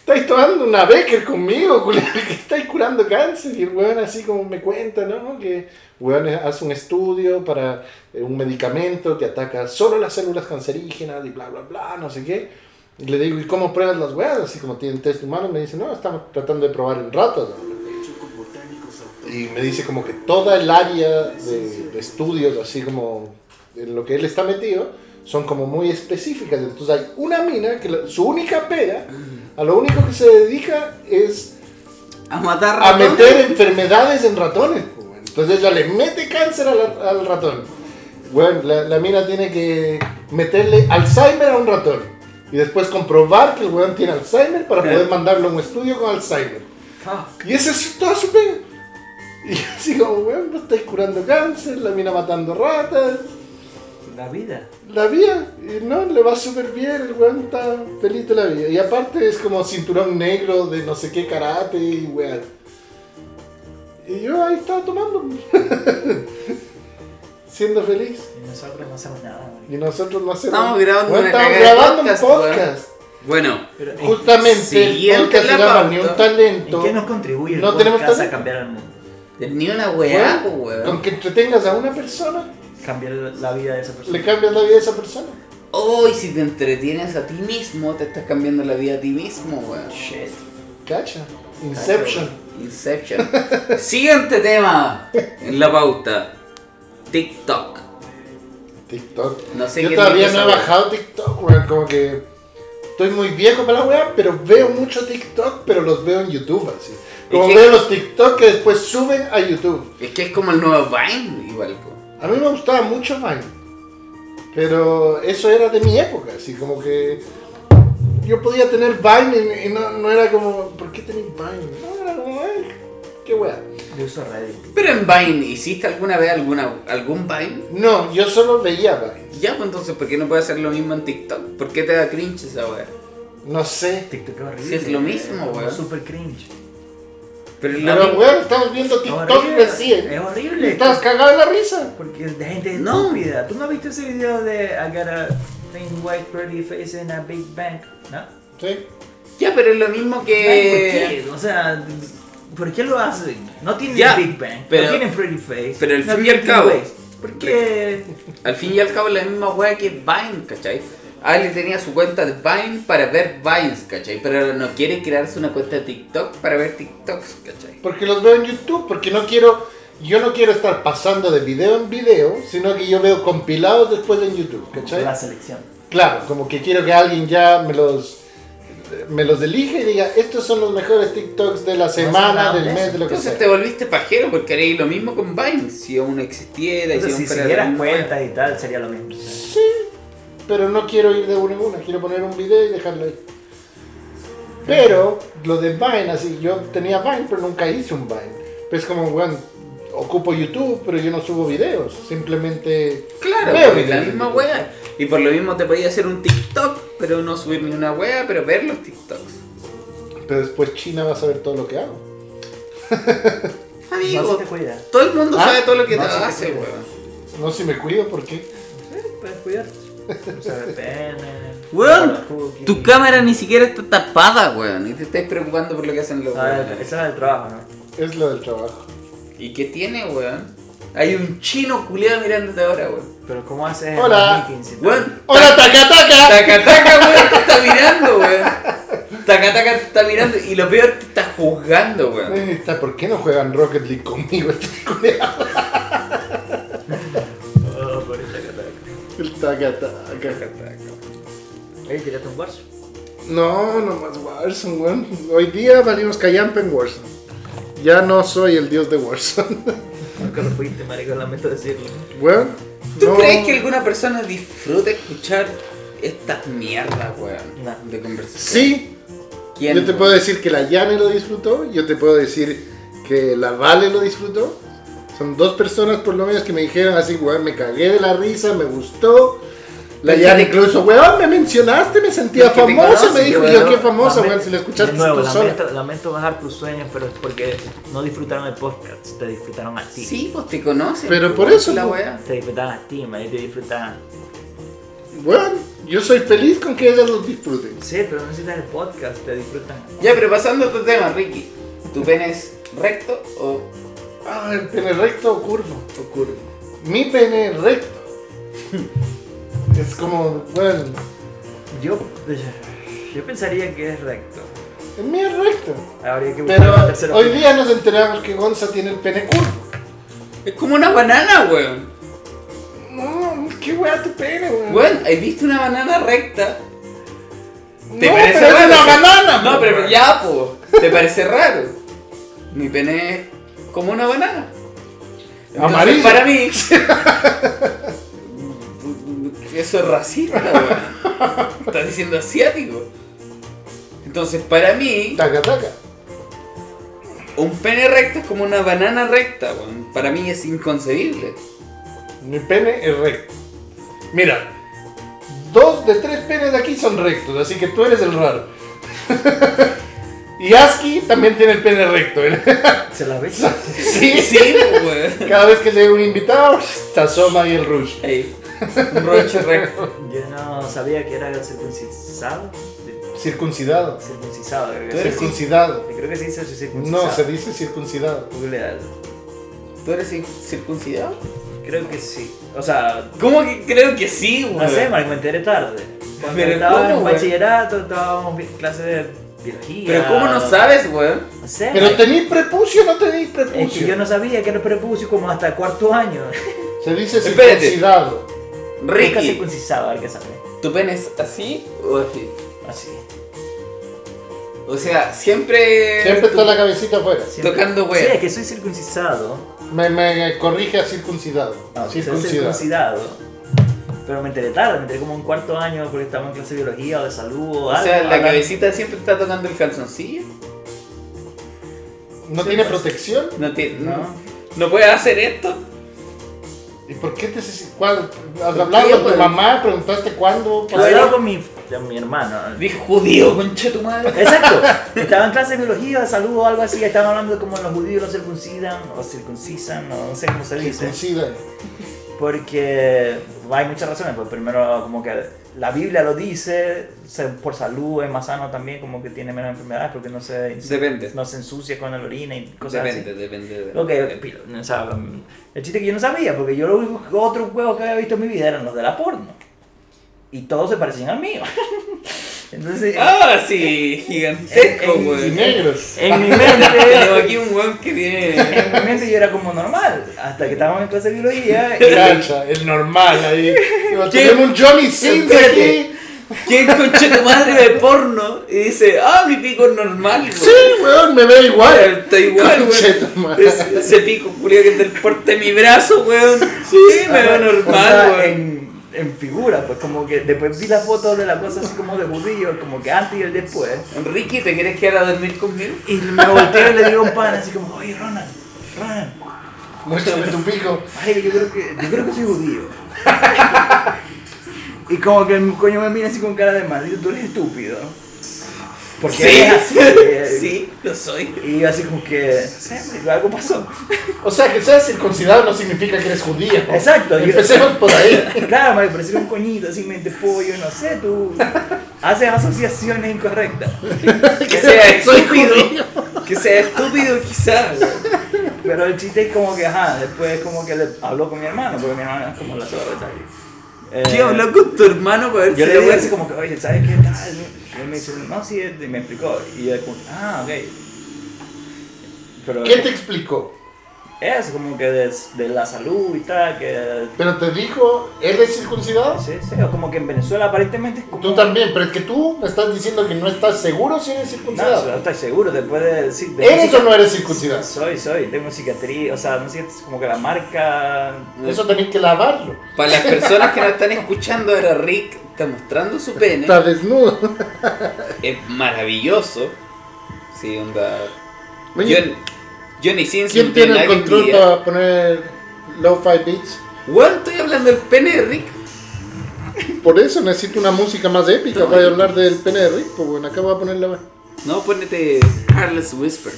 estáis tomando una Becker conmigo, culiao, que estáis curando cáncer. Y el weón así como me cuenta, ¿no? Que weón hace un estudio para eh, un medicamento que ataca solo las células cancerígenas y bla, bla, bla, no sé qué. Y le digo, ¿y cómo pruebas las weas? Así como tienen test humanos, me dice, no, estamos tratando de probar en ratas. Y me dice como que toda el área de, de estudios, así como en lo que él está metido, son como muy específicas. Entonces hay una mina que la- su única pega, a lo único que se dedica es
A matar
a
ratones.
meter enfermedades en ratones. pues, weón. Entonces ella le mete cáncer al, al ratón. Bueno, la, la mina tiene que meterle Alzheimer a un ratón. Y después comprobar que el weón tiene Alzheimer para poder mandarlo a un estudio con Alzheimer. Y ese es todo su pega. Y yo así como, weón, vos estáis curando cáncer, la mina matando ratas,
La vida.
la vida. Y no, le va súper bien, el weón está feliz de la vida. Y aparte es como cinturón negro de no sé qué karate y weón. Y yo ahí estaba tomando. Siendo feliz.
Y nosotros no hacemos nada. marico.
Y nosotros no hacemos.
Estamos grabando
Weón,
una
estamos
caga de
grabando un
podcast, weón.
podcast.
Bueno,
Pero, ¿en-
Justamente el
Siguiente
podcast se
la
llama
pauta.
Ni un
¿En
talento.
qué nos contribuye el
No tenemos
podcast a
talento.
cambiar el mundo?
ni una weá, po,
Weón, Con
weón.
que entretengas a una persona,
Cambiar la vida de esa persona.
le cambias la vida a esa persona.
Hoy, si te entretienes a ti mismo, te estás cambiando la vida a ti mismo, weón.
Shit.
Cacha. Inception.
Inception. Siguiente tema en la pauta: TikTok.
TikTok.
No sé
Yo
qué
todavía
mierda
no he
esa
bajado TikTok, weón. Como que estoy muy viejo para la weá, pero veo mucho TikTok, pero los veo en YouTube, así. Como
que-
veo los TikTok que después suben a YouTube.
Es que es como el nuevo Vine, igual, po.
A mí me gustaba mucho Vine. Pero eso era de mi época, así como que yo podía tener Vine y, y no, no era como, ¿por qué tenés Vine? No, era como, ay, qué weá.
Yo uso Reddit.
Pero en Vine, ¿hiciste alguna vez alguna, algún Vine?
No, yo solo veía Vine.
Ya, pues entonces, ¿por qué no puedes hacer lo mismo en TikTok? ¿Por qué te da cringe esa weá?
No sé.
TikTok es horrible.
Sí, es lo mismo,
Es
weón.
Super cringe.
Pero la
Pero weón, estamos viendo
Es
TikTok
horrible.
recién.
Es horrible.
Estás cagado de la risa.
Porque es de gente
No.
estúpida. ¿Tú no has visto ese video de I got a thin white pretty face in a big bang? ¿No?
Sí.
Ya, pero es lo mismo
Ay,
que...
¿Por qué? O sea, ¿por qué lo hacen? No tienen
Ya,
Big Bang,
pero-
no tienen Pretty Face.
pero al
no
fin y al
tienen
cabo-
waist. ¿Por qué?
Al fin y al cabo es la misma weá que Vine, ¿cachai? Ale tenía su cuenta de Vine para ver Vines, ¿cachai? Pero no quiere crearse una cuenta de TikTok para ver TikToks, ¿cachai?
Porque los veo en YouTube, porque no quiero, yo no quiero estar pasando de video en video, sino que yo veo compilados después en YouTube, ¿cachai?
La selección.
Claro, como que quiero que alguien ya me los, me los elige y diga, estos son los mejores TikToks de la semana,
hablamos
del
de
mes,
eso.
de lo que
Entonces
sea.
te volviste pajero porque haréis lo mismo con Vine. Si aún existiera y
Entonces,
si aún
si
fuera la
siguieras
misma weá.
cuentas y tal, sería lo mismo.
Sí, pero no quiero ir de una en una, quiero poner un video y dejarlo ahí. Pero lo de Vine, así, yo tenía Vine, pero nunca hice un Vine. Pero es como, bueno, ocupo YouTube, pero yo no subo videos, simplemente...
Claro,
veo
porque es la
videos en
misma
YouTube.
wea. Y por lo mismo te podía hacer un TikTok, pero no subir ni una wea, pero ver los TikToks.
Pero después China va a saber todo lo que hago.
No
Amigo,
te cuidas.
todo el mundo
Ah,
sabe todo lo que
no
te
se te
hace,
cuida.
weón.
No sé si me cuido porque
Puedes cuidarte. Usar VPN. usar
Weón,
cookies.
tu cámara ni siquiera está tapada, weón. Y te estás preocupando por lo que hacen los
Ah,
weones.
Eso es el trabajo, ¿no?
es lo del trabajo.
¿Y qué tiene, weón? Hay un chino culiado mirándote ahora, weón.
Pero ¿cómo haces en
Hola.
los meetings y tal?
Weón,
¡Hola, taca, taca!
Tacataca, weón, te está mirando, weón. Tacataca te está mirando y lo peor, te está juzgando, weón.
Eh, está, ¿Por qué no juegan Rocket League conmigo? Este culiao?
Oh, por esta cataca.
El taca, taca.
Ey, tírate un Warzone.
No, nomás Warzone, weón. Hoy día valimos callampa en Warzone. Ya no soy el dios de Warzone.
Nunca lo fuiste, marico, lamento decirlo.
Weón.
¿Tú
no.
crees que alguna persona disfruta escuchar estas mierdas, weón?
No.
De conversación.
Sí,
¿Quién,
yo te
weón?
puedo decir que la Yane lo disfrutó, yo te puedo decir que la Vale lo disfrutó. Son dos personas por lo menos que me dijeron así, weón, me cagué de la risa, me gustó. La
Pero
Yane
que te-
incluso, weón, me mencionaste, me sentía
Pero que te
famosa, me
conoces,
dijo,
weón.
yo qué famosa,
Lame-
weón, si la escuchaste
de nuevo,
tú sola.
lamento, lamento bajar tus sueños, pero es porque no disfrutaron el podcast, te disfrutaron a ti.
Sí, pues te conocen.
Pero
pues,
por
weón,
eso,
La
po.
weá.
Te disfrutaron a ti, man, y te disfrutaron.
Weón, yo soy feliz con que ellas los disfruten.
Sí, pero no necesitas el podcast, te disfrutan.
Ya, pero pasando a tu tema, Ricky. ¿Tu pene es recto o,
Ah, el pene recto o curvo.
o curvo?
Mi pene recto. es como, bueno,
Yo, pues, yo pensaría que es recto.
el mío es recto.
Habría que buscar una tercera
Pero hoy
opinión.
día nos enteramos que Gonza tiene el pene curvo.
Es como una banana, weón.
No, qué wea tu pene, weón.
Weón, ¿has visto una banana recta?
no,
¿Te parece
pero es
raro?
una banana.
No,
po,
pero
weón.
ya, po. ¿Te parece raro? Mi pene es como una banana. Entonces,
Amarillo.
Para mí. Eso es racista, weón. Estás diciendo asiático. Entonces, para mí,
Taca, taca.
un pene recto es como una banana recta, weón. Para mí es inconcebible.
Mi pene es recto. Mira, dos de tres penes de aquí son rectos, así que tú eres el raro. y Aski también tiene el pene recto. ¿eh?
¿Se la ves?
Sí, sí, po, weón.
Cada vez que llega un invitado, se asoma ahí el rush.
Ey, un roche recto.
Yo no sabía que era circuncisado. de-
Circuncidado.
Circuncisado, creo
Tú
que
eres
sí.
Circuncidado.
Creo que sí se dice circuncisado.
No, se dice circuncidado.
Eh, Googlealo.
¿Tú eres circuncidado?
Creo que sí. O sea,
¿Cómo que creo que sí, weón?
No sé, Marco, me enteré tarde. Cuando
Pero
estaba
¿cómo,
en
güey?
bachillerato, estábamos en clase de biología.
Pero ¿cómo no sabes, weón?
No sé,
Pero
Marco.
tenéis prepucio o no tenéis
eh. Es que yo
prepucio.
no sabía que era prepucio como hasta cuarto año.
Se dice
Espérate.
circuncidado.
Rica
Ricky,
circuncisado, a ver qué sale.
¿tu pene es así o así?
Así.
O sea, siempre. tu-
Siempre está la cabecita afuera.
Siempre-
Tocando wea.
Sí, es que soy circuncisado.
Me, me corrige a circuncidado.
No, soy
circuncidado.
circuncidado. Pero me enteré tarde, me enteré como en cuarto año porque estaba en clase de biología o de salud o
O
algo.
sea, la
Hablan-
cabecita siempre está tocando el calzoncillo.
¿No tiene protección?
No tiene. No.
No.
¿No puedes hacer esto?
¿Y por qué te cuál, Al hablar con tu
güey?
mamá, preguntaste cuándo.
Lo hablaba con mi, con mi hermano.
Dije, judío, concha tu madre.
Exacto. Estaba en clase de biología, de salud o algo así. Estaban hablando de cómo los judíos los circuncidan o circuncisan, o no sé cómo se dice.
Circuncida.
Porque hay muchas razones. Pues primero, como que la Biblia lo dice, se- por salud es más sano también, como que tiene menos enfermedades porque no se,
Depende.
no se ensucia con la orina y cosas así.
Depende, depende. de-
Ok, ok, pilo. O sea, el chiste que yo no sabía, porque yo los únicos otros juegos que había visto en mi vida eran los de la porno. Y todos se parecían al mío. Entonces,
Ah, sí, gigantesco,
En- en-
Y
weón.
negros.
en mi mente.
Tenemos aquí un weón que tiene.
En mi mente yo era como normal, hasta que estábamos en clase de biología y
Cacha, el normal ahí. Digo,
¿Qué?
Tenemos un Johnny Sins
Espérate.
aquí.
¿Quién concha tu madre de porno? Y dice, ah, mi pico es normal, weón.
Sí, weón, me ve igual.
Está igual,
Concheta
weón.
madre.
Ese, ese pico culiao que es del porte de mi brazo, weón. Sí, me veo
o sea,
normal, weón.
en, en figura, pues como que después vi la foto de la cosa así como de judío, como que antes y el después.
Enrique, ¿te quieres quedar a dormir conmigo?
Y me volteo y le digo a un pan así como, oye Ronald, Ronald,
Muéstrame tu pico.
Ay, yo creo que, yo creo que soy judío. y como que el coño me mira así con cara de maldito, tú eres estúpido. Porque eres así. eh,
sí, lo soy.
Y yo así como que, no sé, algo pasó.
O sea, que seas circuncidado no significa que eres judío.
Exacto, yo-
Empecemos por ahí.
Claro, me pareció un coñito así, mente pollo, no sé, tú haces asociaciones incorrectas.
Que sea
Soy
estúpido. Que sea estúpido, quizás. weón.
Pero el chiste es como que, ajá, después como que le hablo con mi hermano, porque mi hermano es como la sola detalle.
¿Qué habló con tu hermano para ver
Eh, Yo
si
le
voy
digo
a
así como que, oye, ¿sabes qué tal? Y él me dice, no, sí, y me explicó. Y yo como, ah, ok. Pero
¿Qué te explicó?
es como que de, de la salud y tal, que...
Pero te dijo, ¿él es circuncidado?
Sí, sí, o como que en Venezuela aparentemente es como...
Tú también, pero es que tú me estás diciendo que no estás seguro si eres
No, o sea,
circuncidado.
no estoy seguro, después de decir... de-
¿Eres o no eres circuncidado?
Soy, soy, tengo cicatriz, o sea, no sé, es como que la marca...
Eso tenés que lavarlo.
Para las personas que nos están escuchando, ahora Rick está mostrando su pene.
Está desnudo.
Es maravilloso. Sí, onda.
Oye,
John- Johnny Sins.
¿Quién tiene el control para poner lo-fi beats?
Weón, estoy hablando del pene de Rick.
Por eso necesito una música más épica para hablar del pene de Rick. Pues bueno, acá voy a ponerla
No, ponete Carlos Whisper.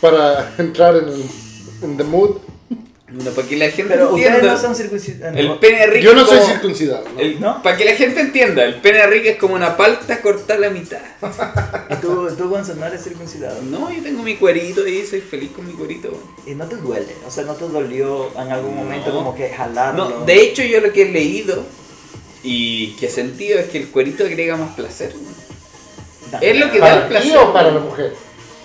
para entrar en, el- en the mood.
No, para que la gente
Pero ustedes
entienda.
no son circuncidados.
El pene de Rick.
Yo no
es
soy
como-
circuncidado. ¿no?
el-
¿No?
Para que la gente entienda, el pene de Rick es como una palta cortada a la mitad.
Tú, tú Gonzalo, no eres circuncidado.
No, yo tengo mi cuerito y soy feliz con mi cuerito.
Y no te duele, o sea, no te dolió en algún momento
No.
como que jalarlo.
No, de hecho, yo lo que he leído y que he sentido es que el cuerito agrega más placer. es lo que da-
¿Para ti o para la mujer?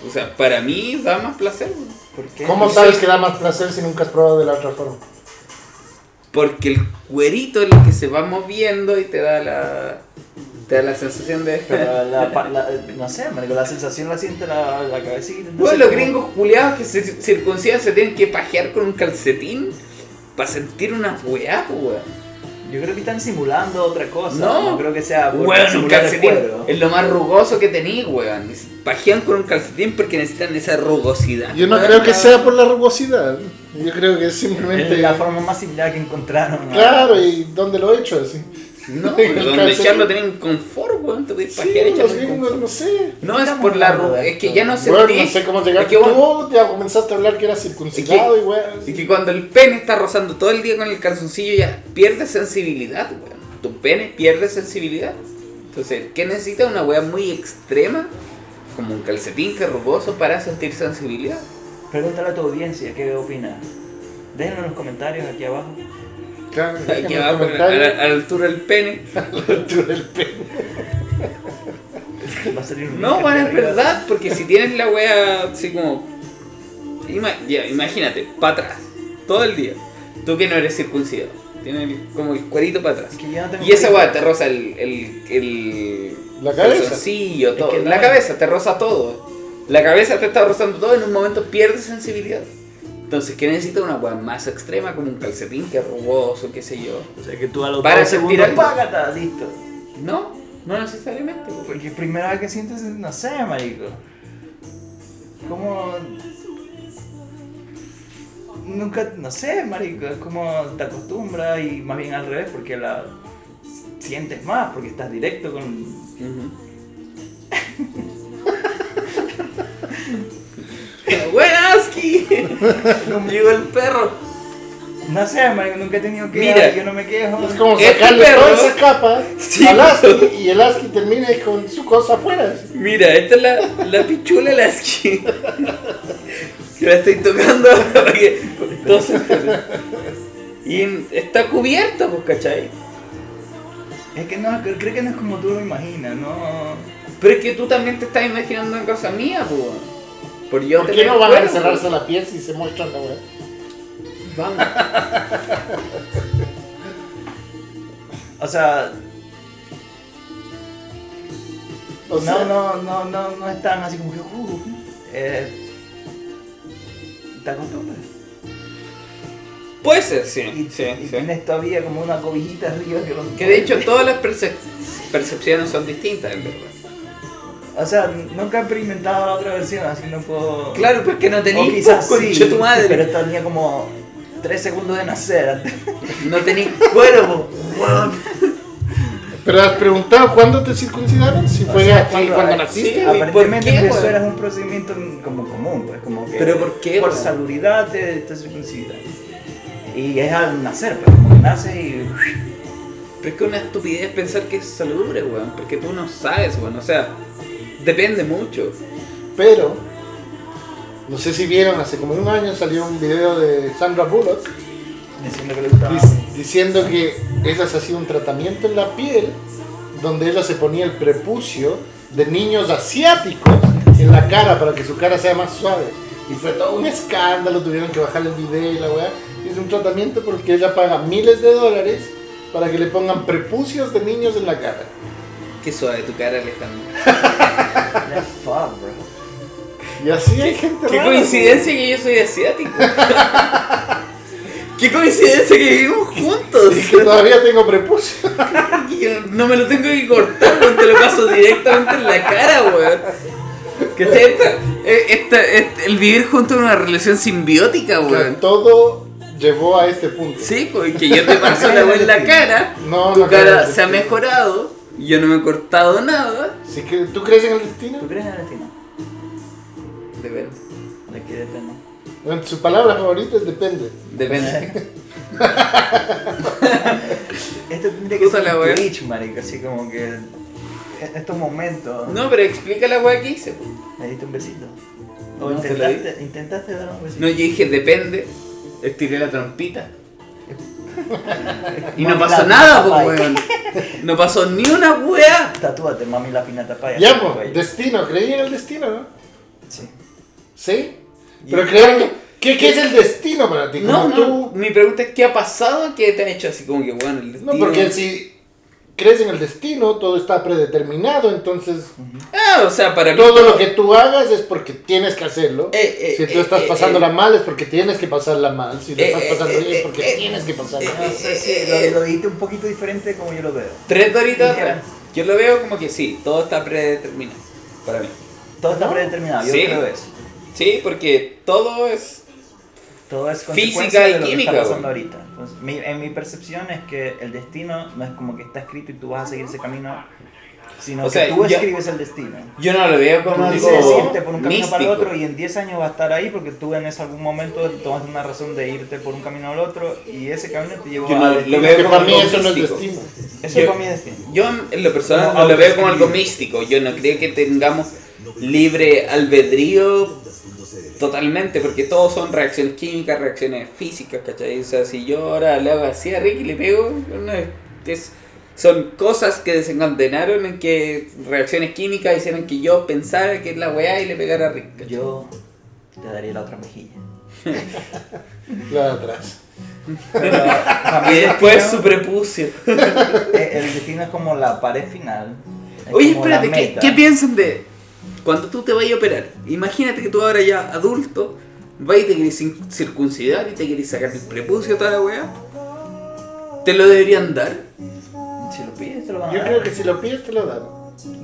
O sea, para mí da más placer.
¿Por qué? Pues
¿Cómo
Sí.
sabes que da más placer si nunca has probado de la otra forma?
Porque el cuerito es lo que se va moviendo y te da la, te da la sensación de...
Pero la, pa- la- no sé, marico, la sensación la siente la, la cabecita.
Bueno,
entonces
los
como-
gringos culiados que se circuncidan se tienen que pajear con un calcetín para sentir una weá, po, weón.
Yo creo que están simulando otra cosa.
No.
No, creo que sea por
Weón, un
Ah, simular el
calcetín
cuero.
es lo más rugoso que tenéis, weón. Pajean con un calcetín porque necesitan esa rugosidad.
Yo no
weón.
creo que sea por la rugosidad. Yo creo que es simplemente.
Es la forma más similar que encontraron. ¿no?
Claro, y dónde lo he hecho así.
No,
El
donde
calcetín.
echarlo tienen confort, weón. Te podéis
Sí,
pajear y
los
echarlo en
gringos,
confort.
no sé.
No, es por la rugosidad. Es que ya no sentí...
Bueno, no sé cómo llegar.
Es que, weón,
Tú ya comenzaste a hablar que eras circuncidado
Es
y weón.
Y que cuando el pene está rozando todo el día con el calzoncillo ya pierde sensibilidad, weón. Tu pene pierde sensibilidad. Entonces, ¿qué necesita una weá muy extrema? Como un calcetín que es rugoso para sentir sensibilidad.
Pregúntale a tu audiencia qué opina. Déjenlo en los comentarios aquí abajo.
Claro,
Aquí
déjenme
abajo, a la, a
comentarios.
la- a la altura del pene.
Va a salir un
No,
link
bueno, es
aquí arriba.
verdad, porque si tienes la weá así como. ima- ya, imagínate, para atrás, todo el día. Tú que no eres circuncidado. Tiene el- como el cuerito para atrás.
que yo no tengo
Y esa
cuerpo.
weá te roza el. el, el
La cabeza.
calzoncillo, todo.
que no
la
es-
cabeza te roza todo. La cabeza te está rozando todo. En un momento pierdes sensibilidad. Entonces, ¿qué necesita una weá más extrema? Como un calcetín que es rugoso, qué sé yo.
O sea, que tú a los
Para
dos
sentir
segundos,
algo.
págata, listo.
No, no necesariamente. po.
Porque primera vez que sientes, no sé, marico. Como... Nunca, no sé, marico, es como te acostumbras y más bien al revés porque la sientes más, porque estás directo con...
¡Buenas, Ki! Conmigo el perro.
No sé, marico, nunca he tenido que...
Mira.
yo no me quejo.
Es como
Este
sacarle
perro-
toda esa capa
Sí.
al ASCII y el ASCII termine con su cosa afuera.
Mira, esta es la, la pichula la skin. Que la estoy tocando. porque todo se- Y en- está cubierta, pues, ¿cachai?
Es que no, creo creo que no es como tú lo imaginas, no...
Pero es que tú también te estás imaginando una cosa mía, pues. Por yo
¿Por qué
tener
no van a
cuerpo.
encerrarse la piel si se muestran la weá?
Vamos.
O sea,
O sea,
no, no, no, no, no es tan así como que, uh, eh, te acostumbras.
Puede ser, sí.
Y,
sí,
y
sí.
tienes todavía como una cobijita arriba que lo-
Que de hecho todas las percep- percepciones son distintas, en verdad.
O sea, nunca he experimentado la otra versión, así no puedo.
Claro, pues que no
o
tenéis
quizás
po,
sí,
concha tu madre.
pero tenía como 3 segundos de nacer.
No tenéis cuervo. weón.
Pero has preguntado cuándo te circuncidaron, si fue
sea,
aquí
cuando-
cuando
ah,
sí.
naciste. güey.
Aparentemente
¿por qué,
eso
weón?
era un procedimiento como común, pues como que.
¿Pero por qué,
Por
weón?
salubridad te, te circuncidan. Y es al nacer, pues como que naces y.
Pero es que una estupidez pensar que es salubre, weón. Porque tú no sabes, weón. O sea, depende mucho.
Pero, no sé si vieron, hace como un año salió un video de Sandra Bullock
diciendo que le gustaba.
dic- diciendo que ella se hacía un tratamiento en la piel donde ella se ponía el prepucio de niños asiáticos en la cara para que su cara sea más suave. Y fue todo un escándalo, tuvieron que bajar el video y la weá. Y Es un tratamiento porque ella paga miles de dólares para que le pongan prepucios de niños en la cara.
Qué suave tu cara, Alejandro.
The fuck, bro.
Y así hay gente
Qué
rara,
coincidencia que yo soy asiático. Qué coincidencia que vivimos juntos.
güey. Y que todavía tengo prepucio.
No me lo tengo que cortar, weón, te lo paso directamente en la cara, weón. Que te- esta- eh, esta- este- el vivir junto en una relación simbiótica,
Que
weón.
todo llevó a este punto.
Sí, porque yo te paso la weón en la cara,
No,
tu
no creo en el
cara se ha
destino.
mejorado, yo no me he cortado nada.
Si que- ¿Tú crees en el destino?
¿Tú crees en el destino?
Depende,
De qué depende.
Bueno, su palabra favorita es depende.
depende.
Esto tendría que
Puta
ser
la
un
wea.
Twitch, marico, así como que. en Estos momentos.
No, pero explica la weá que hice. pues. po.
¿Me diste un besito?
No,
¿O
te lo di.
intentaste, intentaste dar un besito?
No, yo dije depende, estiré la trompita. Y no
Mami,
pasó
la
nada, po,
pinata pay.
weón. No pasó ni una weá.
Tatúate, mami, la pinata paya.
Ya, pues, destino, creí en el destino, ¿no?
Sí.
¿Sí? Pero creer ¿Qué, ¿Qué es el destino para ti?
eh, No, no,
Como tú-
mi pregunta es ¿qué ha pasado que te han hecho así como que bueno el
No,
destino?
porque si crees en el destino, todo está predeterminado, entonces
Ah, o sea, para mí
todo lo que tú hagas es porque tienes que hacerlo.
Eh, eh,
si
eh,
tú estás
eh,
pasándola
eh.
mal es porque tienes que pasarla mal. Si lo
Eh,
estás
eh,
pasando
eh,
bien es
eh,
porque
eh,
tienes que pasarla
No
mal.
sé si lo, lo dijiste un poquito diferente como yo lo veo.
tres doritos
Ya.
atrás. Yo lo veo como que sí, todo está predeterminado para mí.
Todo está predeterminado, yo
Sí.
creo eso.
Sí, porque todo es
Todo es
Física
consecuencia
y
de lo
química,
que está pasando
weón.
ahorita. Entonces, mi- en mi percepción es que el destino no es como que está escrito y tú vas a seguir ese camino, sino
O
que
sea,
tú
ya-
escribes el destino.
yo no lo veo como
Tú
algo
dices irte por un camino
místico.
para el otro y en 10 años va a estar ahí porque tú en ese algún momento tomas una razón de irte por un camino al otro y ese camino te llevó
Yo
a...
no
destino.
lo
Porque
veo como
para mí
algo
eso no es
místico.
destino.
Eso
yo-
para mí es destino.
Yo en lo personal
Como
no lo veo como
autoescribir.
algo místico. Yo no creo que tengamos libre albedrío totalmente, porque todos son reacciones químicas, reacciones físicas, ¿cachai? O sea, si yo ahora le hago así a Ricky y le pego, no es- es- son cosas que desencadenaron en que reacciones químicas hicieron que yo pensara que es la weá y le pegara a Ricky. ¿cachai?
Yo te daría la otra mejilla.
La de atrás.
Pero para
Y
mí el
después su
destino-
prepucio.
eh, el destino es como la pared final. es
Oye,
como la
espérate, ¿qué,
meta.
qué piensan de cuando tú te vayas a operar? Imagínate que tú ahora ya adulto, vas y te querés cin- circuncidar y te querés sacar el prepucio toda la weá. ¿Te lo deberían dar?
Si lo pides, te lo van a
Yo
dar.
creo que si lo pides te lo dan.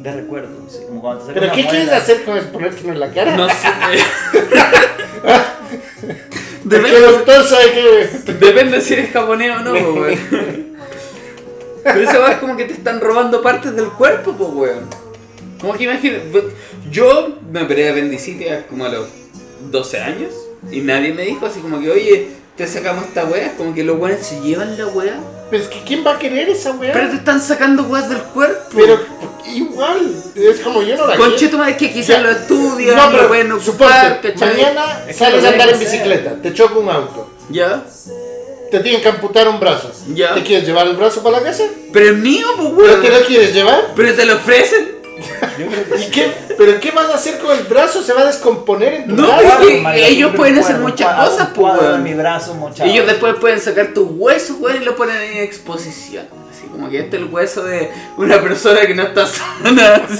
De recuerdo, sí, como cuando te sacan
¿Pero
una
qué quieres
muela.
hacer con el ponértelo en la cara?
No sé.
Porque el
depende,
doctor sabe que...
depende si eres japonés o no, po, weón. Pero esa weá es como que te están robando partes del cuerpo, po, weón. Como que imagínate, ve- yo me operé de apendicitis como a los 12 años y nadie me dijo así como que, oye, te sacamos esta weá. Es como que los weones se llevan la weá.
Pues que ¿quién va a querer esa weá?
Pero te están sacando weas del cuerpo.
Pero igual, es como yo no la quiero.
Concheto madre que
O sea,
quizás lo estudian,
no, pero
lo pueden ocupar,
suponte,
¿cachai?
mañana
Es que
sales
lo
a andar en
deben hacer.
bicicleta, te choca un auto,
Ya.
te tienen que amputar un brazo.
Ya.
¿Te quieres llevar el brazo para la casa?
Pero es mío, pues
¿Pero te
weón.
lo quieres llevar?
Pero te lo ofrecen.
Yo creo que
¿Y qué? ¿Pero qué vas a hacer con el brazo? ¿Se va a descomponer en tu
No,
cara?
pero-
Claro,
Y
marica,
ellos
yo creo
pueden
que
hacer
un
muchas
cuadro-
cosas,
un
pues,
cuadro
weón.
en mi brazo mochado.
Ellos después pueden sacar tus huesos, weón, y lo ponen en exposición. Así como que este es el hueso de una persona que no está sana. así.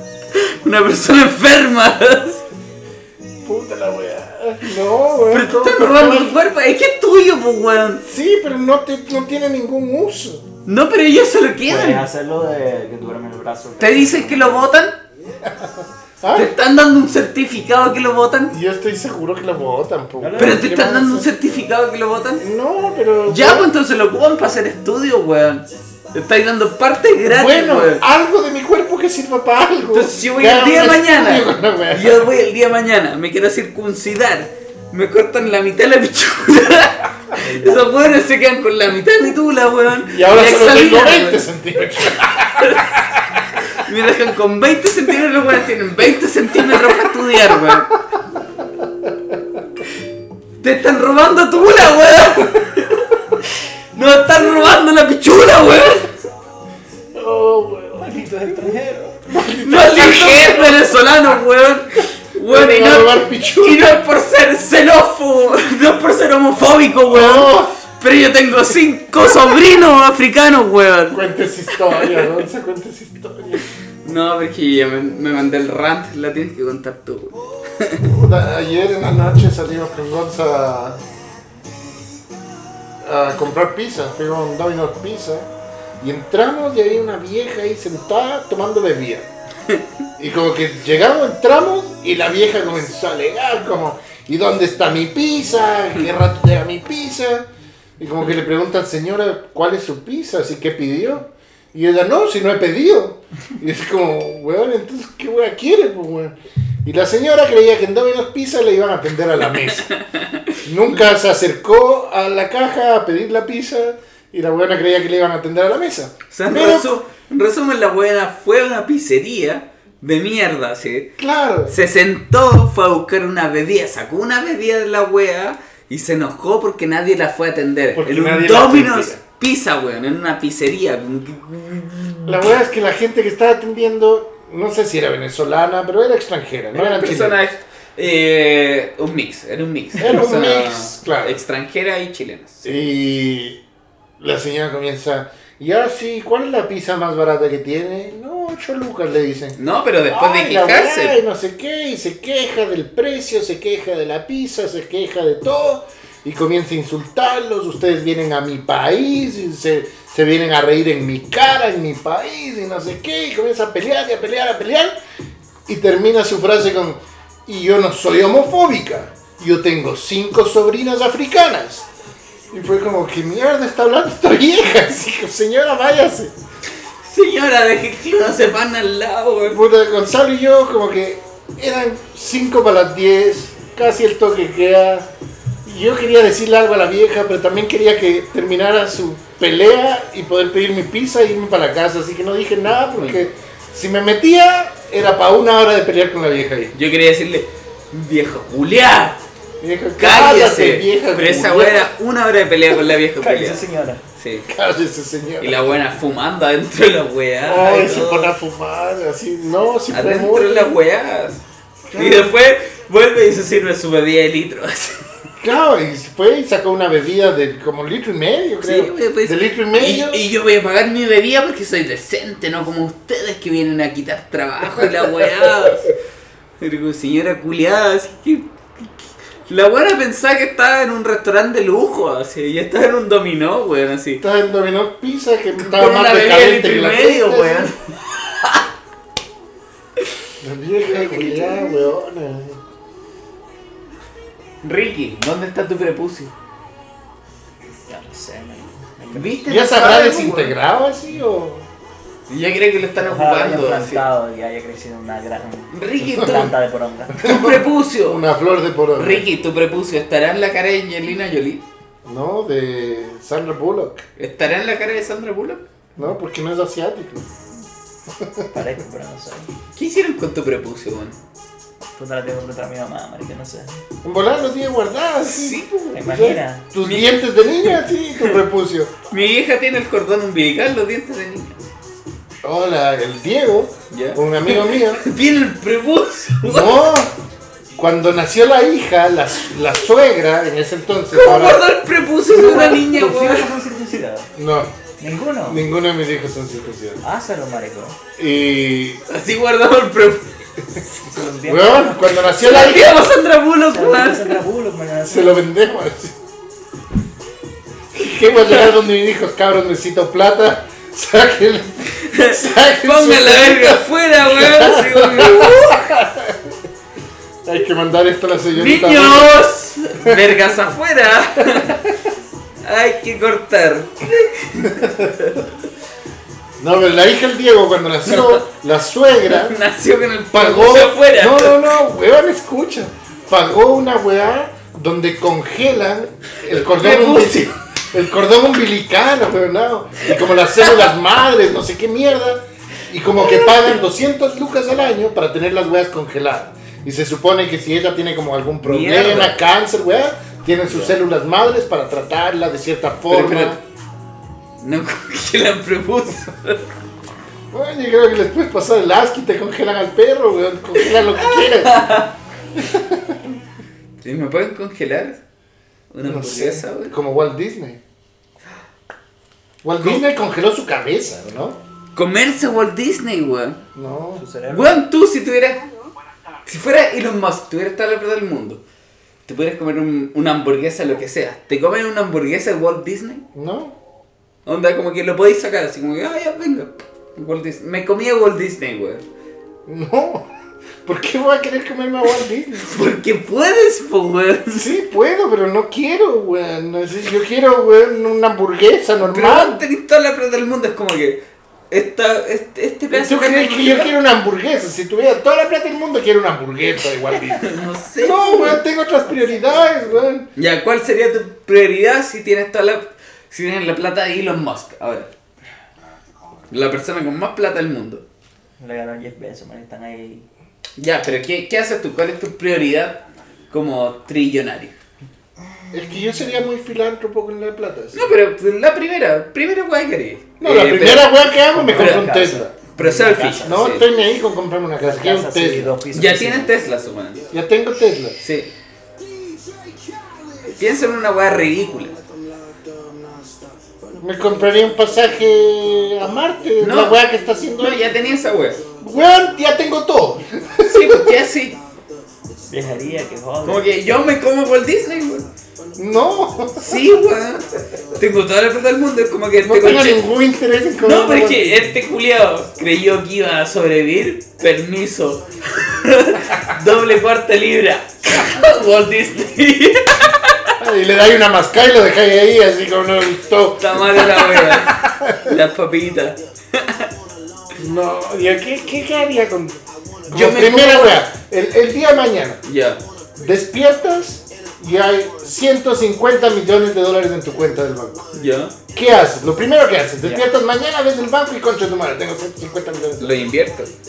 Una persona enferma. así.
Puta la weá. No, weón.
Pero te están
¿cómo- pero
robando
cómo-
el cuerpo. Es que es tuyo, pues, weón.
Sí, pero no, te, no tiene ningún uso.
No, pero ellos se lo
Puedes
quedan.
hacerlo de que duerme el brazo.
Te dicen que lo votan.
¿Ah?
Te están dando un certificado que lo votan.
Yo estoy seguro que lo votan, po.
No lo-
Pero te
¿Qué
están
van a
dando un
hacer?
certificado que lo votan.
No, pero...
Ya, pues entonces lo ocupan para hacer estudios, weón. Te estáis dando partes gratis,
Bueno,
weón.
algo de mi cuerpo que sirva para algo.
pues, Entonces yo voy
Ya,
el día de
no
mañana.
estudio con la wea.
Yo voy el día de mañana, me quiero circuncidar. Me cortan la mitad de la pichula. Esos weones se quedan con la mitad de mi tula, weón.
Y ahora
Me
solo tengo
examinan,
20
weón.
centímetros.
Me dejan con 20 centímetros, los weones tienen 20 centímetros para estudiar, weón. Te están robando tu tula, weón. Nos están robando la pichula, weón.
Oh, weón.
Malditos extranjeros.
Malditos venezolanos, weón. Weón,
Me
y
va a
no-
robar
Y
pichula.
no es por ser xenófobo, no es por ser homofóbico, weón.
No.
Pero yo tengo cinco sobrinos africanos, weón.
Cuentes historias, no se cuentes historias.
No, porque ya me, me mandé el rant, la tienes que contar tú, weón.
Puta, ayer en la noche salimos con Gonza a, a comprar pizza. Fuimos a un Domino's Pizza y entramos y había una vieja ahí sentada tomando bebida. Y como que llegamos, entramos y la vieja comenzó a alegar como, ¿y dónde está mi pizza? ¿Qué rato llega mi pizza? Y como que le preguntan, señora, ¿cuál es su pizza? Así que pidió. Y ella, no, si no he pedido. Y es como, weón, entonces, ¿qué weón quiere? Pues, weón? Y la señora creía que en Domino's Pizza le iban a atender a la mesa. Nunca se acercó a la caja a pedir la pizza y la weona creía que le iban a atender a la mesa.
O sea, en
Pero,
resu- en resumen, la buena fue a una pizzería de mierda, sí.
claro.
Se sentó, fue a buscar una bebida, sacó una bebida de la wea y se enojó porque nadie la fue a atender.
Porque
en un
nadie la
Domino's
atendía.
Pizza, weón, en una pizzería.
La verdad es que la gente que estaba atendiendo, no sé si era venezolana, pero era extranjera, no
Era
era
una persona
chilena.
ex- eh, un mix, era un mix.
Era un
Persona
mix, claro.
Extranjera y chilena.
Y la señora comienza, y ahora sí, ¿cuál es la pizza más barata que tiene? No, 8 lucas le dicen.
No, pero después de
Ay, la weá, y
quejarse.
no sé qué, y se queja del precio, se queja de la pizza, se queja de todo, y comienza a insultarlos, ustedes vienen a mi país, y se, se vienen a reír en mi cara, en mi país, y no sé qué, y comienza a pelear y a pelear, a pelear, y termina su frase con, y yo no soy homofóbica, yo tengo cinco sobrinas africanas. Y fue como, ¿qué mierda está hablando esta vieja? Así que, señora, váyase.
Señora, deje que uno se van al lado, weón.
Puta, Gonzalo y yo como que eran 5 para las 10, casi el toque queda. Y Yo quería decirle algo a la vieja, pero también quería que terminara su pelea y poder pedir mi pizza e irme para la casa, así que no dije nada porque si me metía era para una hora de pelear con la vieja ahí.
Yo quería decirle, vieja Julia,
Vieja,
cállese.
vieja.
pero esa
culiá.
weá era una hora de pelea con la vieja Julia.
Cállese, señora.
Sí.
Cállese,
Y
señora.
la buena fumando adentro de la weá.
Ay,
y
se
todo.
pone a fumar, así. No, si fue
Adentro
muy-
de las weá. Y después vuelve y se sirve su bebida de litro. así.
Claro, y fue y sacó una bebida de como litro y medio, creo.
Sí, güey, pues,
de litro y
y,
medio.
y yo voy a pagar mi bebida porque soy decente, no como ustedes que vienen a quitar trabajo y la weá. Y digo, señora culiada, así que. que- La buena pensaba que estaba en un restaurante de lujo, así, y estaba en un dominó, weón, así.
Estaba en Domino's Pizza que estaba
Con
más
una bebida de
decadente
litro
que
y
la
medio,
puta,
weón.
sí. La vieja culiada, weona.
Ricky, ¿dónde está tu prepucio?
Ya no sé, man.
¿Viste?
¿Ya
No
se habrá
sabe,
desintegrado así o.?
weón. Ah, Ya cree que lo están
Ojalá haya
ocupando, así.
plantado y haya crecido una gran
Ricky, tu,
planta de poronga.
tu prepucio.
Una flor de porón.
Ricky, tu prepucio, ¿estará en la cara de Angelina Jolie?
No, de Sandra Bullock.
¿Estará en la cara de Sandra Bullock?
No, porque no es asiático.
Parezco, pero no sé.
¿Qué hicieron con tu prepucio, weón?
Puta, la tengo que preguntar a mi mamá, marica, no sé.
En volar los tiene guardadas,
Sí, pues,
sí.
¿Te imaginas?
Tus dientes de niña, sí, tu prepucio.
Mi vieja tiene el cordón umbilical, los dientes de niña.
Hola, el Diego,
Ya.
un amigo mío.
Tiene el prepucio.
No, cuando nació la hija, la, la suegra en ese entonces.
¿Cómo
ahora-
guardar el prepucio de una niña,
¿Tus hijos
weón?
son circuncidados?
no,
¿Ninguno?
ninguno de mis hijos son circuncidados.
Hazlo, marico.
Y.
Así guardaba el prepucio.
Se los enviamos-
Weón, cuando nació
Se la
la hija,
enviamos a Sandra Bullock,
se los enviamos a
weón.
Sandra Bullock, man,
se lo vendemos. ¿Qué voy a llegar donde mis hijos, cabros? Necesito plata. Sáquenle. Sáquenle.
Ponga la verga afuera, weón. Así, weón.
Hay que mandar esto a la señorita.
Niños, vergas afuera. Hay que cortar.
No, pero la hija del Diego, cuando nació, la suegra.
Nació con el
pagó.
prepucio afuera.
No, no, no, weón, escucha. Pagó una weá donde congelan el cordón
Prepucio.
umbilical. El cordón umbilical, weón. no. Y como las células madres, no sé qué mierda. Y como que pagan 200 lucas al año para tener las weas congeladas. Y se supone que si ella tiene como algún problema,
Mierda.
cáncer, weá, tienen sus células madres para tratarla de cierta forma.
espérate. No congelan prepucio.
Bueno, yo creo que les puedes pasar el ASCII y te congelan al perro, weón. Congelan lo que quieras.
¿Y ¿Me pueden congelar? Una
No sé,
hamburguesa, güey.
Como Walt Disney. Walt Disney congeló su cabeza, ¿no?
Comerse Walt Disney, güey.
No.
Su cerebro.
Weón, tú si tuvieras. Si fuera Elon Musk, tuvieras toda la plata del mundo. Te pudieras comer un- una hamburguesa, lo que sea. ¿Te comes una hamburguesa de Walt Disney?
No.
Onda, como que lo podéis sacar, así como que, ah, ya, venga. Walt Disney. Me comí a Walt Disney, güey.
No. ¿Por qué voy a querer comerme a Walt Disney?
Porque puedes, pues, weón.
Sí, puedo, pero no quiero, weón. Así, Yo quiero, weón, una hamburguesa
Pero weón,
normal.
tenés toda la plata del mundo, es como que. Esta, este, este pedazo
¿Tú
de carne
crees que yo
congelada-
quiero una hamburguesa? Si tuviera toda la plata del mundo, quiero una hamburguesa de Walt Disney.
No sé.
No, weón, tengo otras prioridades, weón.
Ya, ¿cuál sería tu prioridad si tienes toda la, si tienes la plata de Elon Musk? Ahora, la persona con más plata del mundo.
Le ganó Jeff Bezos, man, están ahí.
Ya, pero ¿qué, qué haces tú? ¿Cuál es tu prioridad como trillonario?
Es que yo sería muy filántropo con la plata. sí.
No, pero la primera, primera weá que haría.
No,
Eh,
la
pero-
primera weón que hago me
pero-
compro un Tesla.
Pero selfish.
casa,
No,
sí.
estoy ni ahí con comprarme una casa. Quiero
Casa
un
así,
Tesla.
dos pisos
Ya
encima.
tienes Tesla, supongo.
Ya tengo Tesla.
Sí. Piensa en una weá ridícula.
Me compraría un pasaje a Marte,
No.
la weá que está haciendo.
No, ya tenía esa weá.
Weón, ya tengo todo.
Sí, pues ya sí.
Viejaría, que
Como
joder.
que yo me como Walt Disney, weón.
No,
Sí, weón. Tengo toda la plata del mundo, es como que
no
este
tengo
coche-
ningún interés en comer
No, pero
una
es que este culiado creyó que iba a sobrevivir. Permiso. Doble cuarta libra. Walt Disney.
weá. Ah, Y le dais una masca y lo dejáis ahí, así como no visto.
Está mal la wea. Las papitas.
No, yo, ¿qué, qué, qué haría con.? Como
Yo me
primera
como-
weá, el, el día de mañana,
Ya.
despiertas y hay 150 millones de dólares en tu cuenta del banco.
Ya.
¿Qué haces? Lo primero que haces, despiertas mañana, ves el banco y concha tu madre, tengo 150 millones de
Lo invierto.
dólares.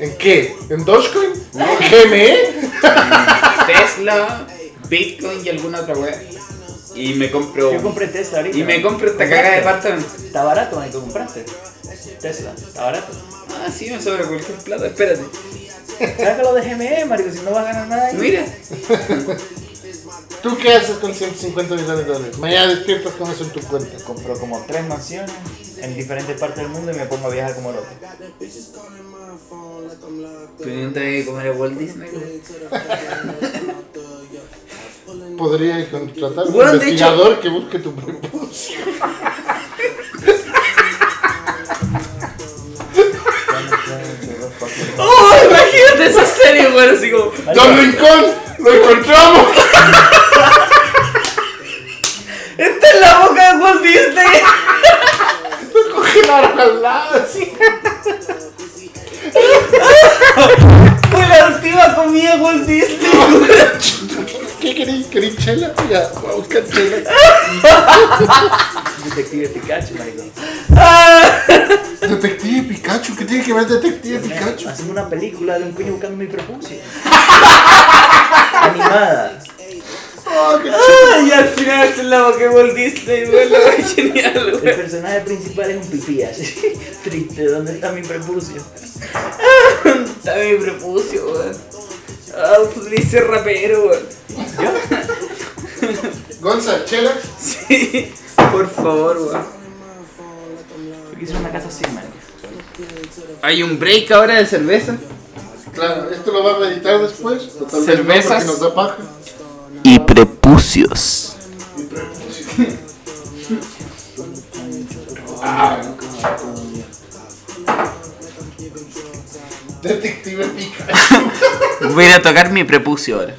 ¿En qué? ¿En Dogecoin? ¿En GME?
Tesla, Bitcoin y alguna otra wea. Y me compro.
Yo compré Tesla ahorita.
Y me
man.
compro esta cagada de
Compraste.
apartamento.
Está barato, man, que compraste. Tesla, está barato.
Ah, sí, me sobra cualquier plata. Espérate.
E, Sácalo de GME, marico, si no vas a ganar nada ahí.
Mira.
¿Tú qué haces con 150 millones de dólares? Mañana despiertas con eso en tu cuenta.
Compro como tres mansiones en diferentes partes del mundo y me pongo a viajar como loco.
¿Tú no te comer a Walt Disney? güey?
Podría contratar un
Bueno, de
investigador que busque tu propósito.
¡Oh! Imagínate esa serie, güey. Así como.
¡Don Rincón! ¡Lo encontramos!
¡Esta es la boca de Walt Disney!
¡Lo congelaron al lado! Así.
¡Fue la última comida de Walt Disney!
¿Qué queréis? ¿Queréis chela? Ya, voy a buscar chela.
Detective Pikachu, marico.
Ah.
Detective Pikachu, ¿qué tiene que ver Detective Pikachu?
Hacemos una película de un coño buscando mi propósito. Animada.
Oh, qué ch-
¡Ay! Al final esta es la boca de Walt Disney, güey. Lo más genial,
El
güey.
personaje principal es un pipí así. Triste, ¿dónde está mi prepucio?
Está mi prepucio, güey. Ah, pues dice rapero, güey.
Gonza, chela.
Sí, por favor, güey.
Yo quisiera una casa así, marico.
Hay un break ahora de cerveza.
Claro, esto lo van a editar después. o tal vez no,
Cervezas.
porque nos da paja.
y prepucios.
Detective Pikachu.
Voy a ir a tocar mi prepucio ahora.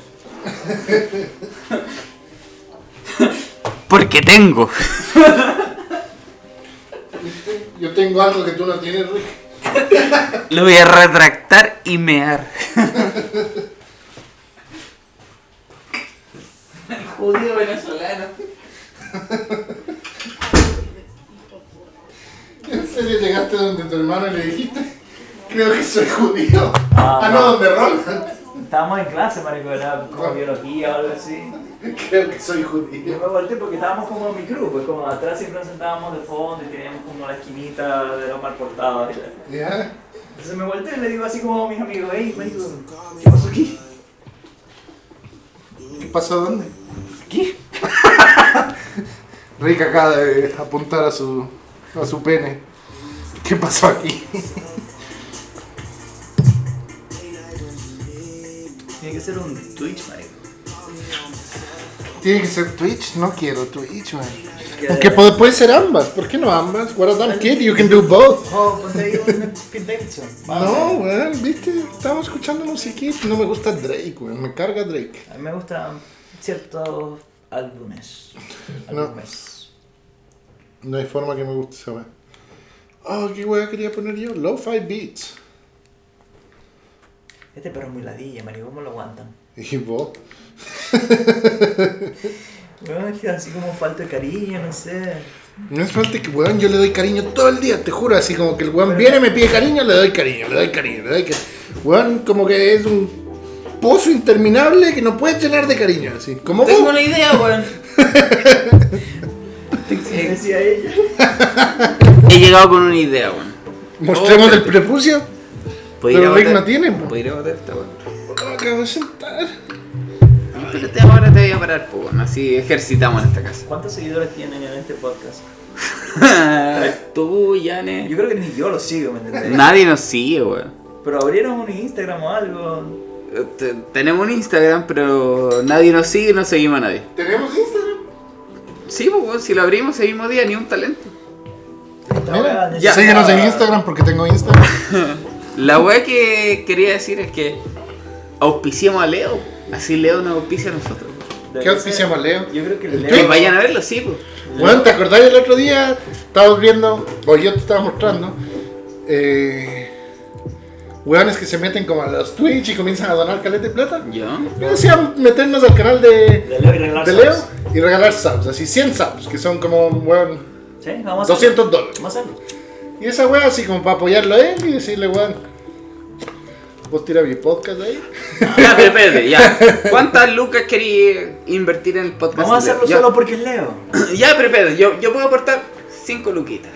Porque tengo.
Yo tengo algo que tú no tienes, Rick.
Lo voy a retractar y mear. Judío venezolano.
¿En serio llegaste donde tu hermano y le dijiste? Creo que soy judío.
Ah,
Ah, no,
no.
donde Roland.
Estábamos en clase, marico, era como biología o algo así.
Creo que soy
Yo
judío.
me volteé porque estábamos como en mi club, pues como atrás siempre nos sentábamos de fondo y teníamos como la esquinita de los mal portados. y tal.
¿Ya?
Entonces me volteé y le digo así como a mis amigos, hey, marico, ¿qué pasó aquí?
¿Qué pasó dónde? Aquí. Rick acaba de apuntar a su, a su pene. ¿Qué pasó aquí?
Tiene que ser un Twitch, marico.
Tiene que ser Twitch. No quiero Twitch, man. Aunque puede, puede ser ambas. ¿Por qué no ambas? What a damn kid, you can do both.
Oh, ponte ahí un Pete Davidson.
No, weón, viste, estamos escuchando musiquita. No me gusta Drake, weón, me carga Drake.
A mí me gustan ciertos álbumes.
No.
Álbumes.
No hay forma que me guste esa weón. Oh, qué weón quería poner yo. Lo-fi beats.
Este perro es muy ladilla, marico, ¿cómo lo aguantan?
Y vos.
Bueno, es que así como falta de cariño, no sé.
No es falta que, weón, yo le doy cariño todo el día, te juro. Así como que el weón
Pero-
viene, me pide cariño, le doy cariño, le doy cariño, le doy cariño. Weón, como que es un pozo interminable que no puedes llenar de cariño. Así, como
Tengo
vos.
una idea, weón.
Me decía ella.
He llegado con una idea, weón.
Mostremos el prepucio.
Puedo ir a pues-
Pero Rick
botar-
no tiene, po.
Puedo ir a botar esta, weón.
Oh, acabo de sentar.
Ay, Pero te- ahora te voy a parar, po, weón. Así ejercitamos en esta
¿Cuántos seguidores tienen en este podcast?
casa. Tú, Yane.
Yo creo que ni yo lo sigo, ¿me entendés?
Nadie nos sigue, weón.
Pero abrieron un Instagram o algo.
Te- Tenemos un Instagram, pero nadie nos sigue y no seguimos a nadie.
¿Tenemos Instagram?
Sí, pues, weón, si lo abrimos, seguimos día, ni un talento.
Esta
Mira,
weá necesita-
síguenos en Instagram porque tengo Instagram.
La weá que quería decir es que auspiciemos a Leo. Así Leo nos auspicia a nosotros.
¿Qué auspicia más Leo?
Yo creo que
El
Leo.
Que vayan a verlo, sí, pues.
Bueno, ¿te acordás el otro día? Estábamos viendo, o yo te estaba mostrando, eh, weones que se meten como a los Twitch y comienzan a donar caleta de plata.
Yo.
Yo decía meternos al canal de,
De Leo y regalar
de Leo y regalar subs, así 100 subs, que son como, weón,
Sí, vamos a hacerlo.
200 dólares.
Vamos a hacerlo.
Y esa wea así como para apoyarlo a él y decirle, weón, vos tira mi podcast ahí.
Ya, pero espérate, ya. ¿Cuántas lucas quería invertir en el podcast?
Vamos a
de Leo?
hacerlo
Ya.
solo porque es Leo.
Ya, pero espérate, yo, yo puedo aportar 5 luquitas.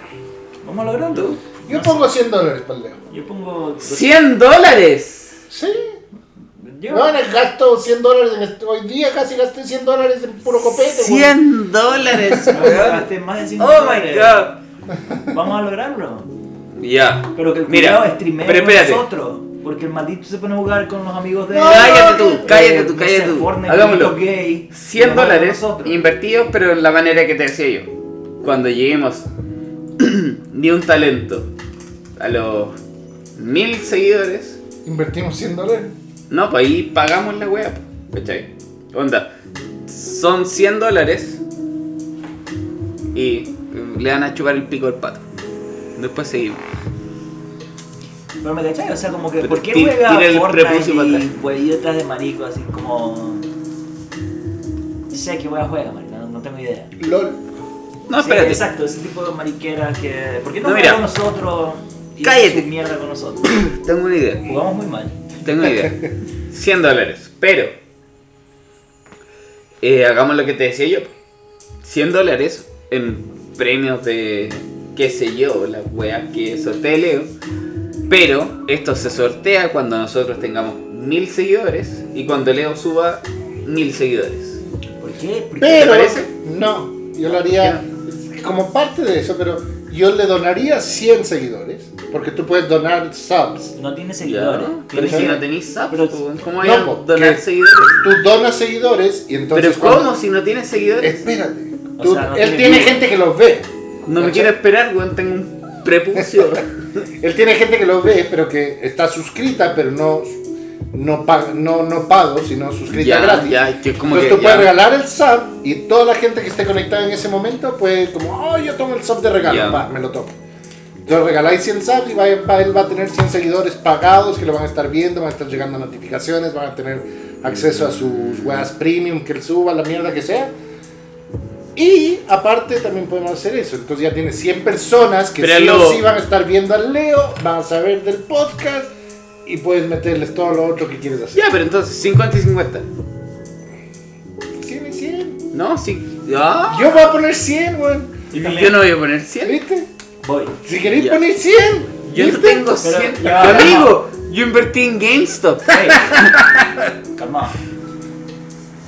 Vamos a lograrlo.
Yo pongo 100 dólares para el Leo.
Yo pongo.
¡100 dólares!
Sí,
Yo Yo-
No, en el gasto 100 dólares. en este- hoy día casi gasté 100 dólares en puro copete.
pues.
güey.
100 dólares, weón.
Gasté más de 100
Oh my
dólares.
god.
Vamos a lograrlo.
Ya.
Pero que el
Mira,
culiao streamee
pero
con
espérate.
nosotros. Porque el maldito se pone a jugar con los amigos de
No,
Cállate
no,
tú, cállate tú, cállate
no sé,
tú.
Fortnite,
Hagámoslo.
gay, y
100
juega con
dólares
nosotros.
invertidos, pero en la manera que te decía yo. Cuando lleguemos ni un talento a los mil seguidores,
Invertimos 100 dólares.
no, pues ahí pagamos la wea, po, ¿cachai? Onda, son 100 dólares y le van a chupar el pico al pato. Después seguimos.
Pero me cachai, o sea, como que.
Pero
¿Por qué
ti-
juega
tira el prepucio para
Fortnite
atrás.
y huevitas de marico así como. Sé que voy a jugar, marico, no, no tengo idea.
LOL.
No,
Sí,
espérate.
exacto, ese tipo de mariqueras que. ¿Por qué no,
No,
juega
mira.
con nosotros y
Cállate.
hace su mierda con nosotros?
Tengo una idea.
Jugamos muy mal.
Tengo una idea. 100 dólares. Pero. eh, hagamos lo que te decía yo. 100 dólares en premios de. qué sé yo, las weas que sortea Leo. Pero esto se sortea cuando nosotros tengamos mil seguidores y cuando Leo suba mil seguidores.
¿Por qué? ¿Por qué?
Pero,
parece?
no, yo lo haría como parte de eso, pero yo le donaría 100 seguidores, porque tú puedes donar subs.
No tiene
Ya,
seguidores.
Pero
tiene
si
que-
no tenéis subs,
pero-
po, ¿cómo hay a
No, po,
donar
¿qué?
seguidores?
Tú donas seguidores y entonces...
pero ¿cómo
cuando-
si no tienes seguidores?
Espérate.
O
Tú-
sea, no
él
tiene-
tiene gente que los ve.
No me
¿Cachai?
quiero esperar, weón, tengo un prepucio.
Él tiene gente que los ve, pero que está suscrita, pero no... No pago, no, no pago, sino suscrita
Ya,
gratis.
ya, que como
Entonces
que
tú
ya.
puedes regalar el sub y toda la gente que esté conectada en ese momento puede como, oh, yo tomo el sub de regalo,
Ya.
pa, me lo tomo. Entonces regaláis 100 subs y va, va- él va a tener 100 seguidores pagados que lo van a estar viendo, van a estar llegando notificaciones, van a tener acceso a sus weas premium que él suba, la mierda que sea. Y aparte también podemos hacer eso. Entonces ya tiene 100 personas que
Pero
sí
luego-
o sí van a estar viendo al Leo, van a saber del podcast y puedes meterles todo lo otro que quieres hacer.
ya, pero entonces 50 y 50.
100 y 100.
No, sí. Ah,
Yo voy a poner 100, weón.
yo, no voy a poner 100.
¿Viste?
Voy.
Si queréis
Ya.
poner 100.
Yo no
¿viste?
tengo 100.
Pero- ya, ya.
Amigo, yo invertí en GameStop.
Hey, calmado.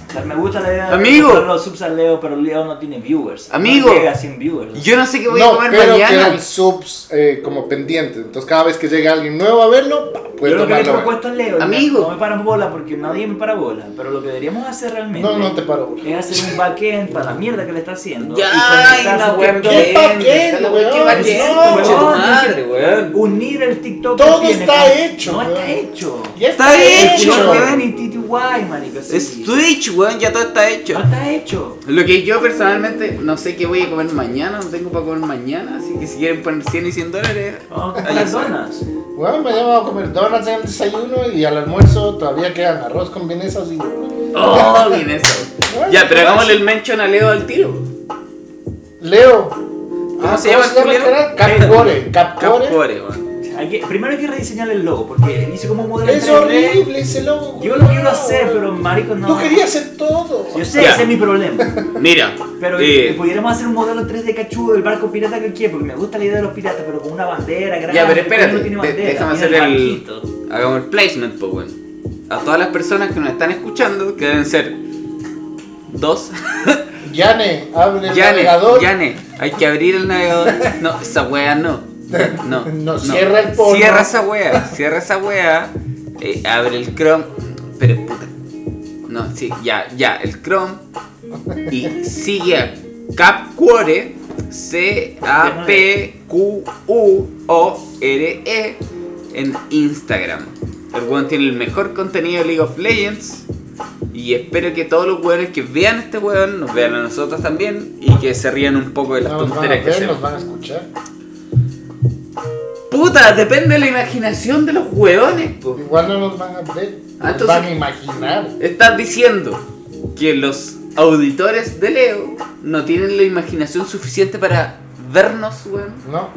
O sea, me gusta la idea de
Amigo.
comprar los subs a Leo, pero Leo no tiene viewers.
Amigo.
No llega a 100 viewers.
Yo no sé qué voy a
No,
comer
pero
mañana.
quedan subs eh, como pendientes. Entonces cada vez que llegue alguien nuevo a verlo, pa,
Yo
puede
lo que le he
tomarlo. weón.
propuesto a Leo,
Amigo.
no me paran bola porque nadie me para bola, pero lo que deberíamos hacer realmente
No, no te paro. weón.
es hacer un backend para la mierda que le está haciendo.
Ya,
y conectar
y la
sus
weá
TikTok.
¿Qué pa' qué,
está la
weón?
weá que va
No,
bien, concha tu
weón.
madre, weón.
Unir el TikTok.
Todo
que tiene
está
con-
hecho,
No está
weón.
hecho.
Ya
Está hecho,
No
weón.
juega ni TTY, marico. sí.
Es Twitch, weón, ya todo está hecho.
No está hecho.
Lo que yo personalmente no sé qué voy a comer mañana, no tengo para comer mañana, así que si quieren poner 100 y 100 dólares,
No,
allá
las
son.
zonas.
Bueno, me voy a comer donuts en el desayuno y al almuerzo todavía quedan arroz con vienesas y.
Oh, bien eso.
Bueno,
Ya, pero hagámosle el mention a Leo al tiro.
Leo. Ah,
¿Cómo se llama el
el
culero?
canal? Capcore. Capcore.
Eh, Capcore, weón.
Hay que- primero hay que rediseñar el logo, porque hice como un modelo en
Es
3D.
horrible ese logo.
Yo lo quiero
weón.
hacer, pero marico no.
Tú querías hacer todo.
Yo sé,
Ya.
ese es mi problema.
Mira,
Pero
eh,
pudiéramos hacer un modelo 3D cachudo del barco pirata que quiera, porque me gusta la idea de los piratas, pero con una bandera grande.
Ya, pero
porque
espérate,
no tiene
de-
bandera,
déjame
tiene
hacer el.
barquito.
Hagamos el placement, pues, weón. A todas las personas que nos están escuchando, que deben ser. Dos.
Yane, abre el
Yane,
navegador.
Yane, hay que abrir el navegador. No, esa wea no. No,
No, cierra el porno.
Cierra esa wea, cierra esa wea. eh, abre el Chrome. Pero puta. No, sí, ya, ya, el Chrome. Y sigue a Capcore. C-A-P-Q-U-O-R-E E, en Instagram. El weón tiene el mejor contenido de League of Legends. Y espero que todos los weones que vean este weón nos vean a nosotros también y que se rían un poco de las
No nos van a
tonteras que
ver,
hacemos.
nos van a escuchar.
Puta, depende de la imaginación de los weones. po.
Igual no nos van a ver.
Ah,
nos van
entonces-
a imaginar.
Estás diciendo que los auditores de Leo no tienen la imaginación suficiente para vernos, weón.
No.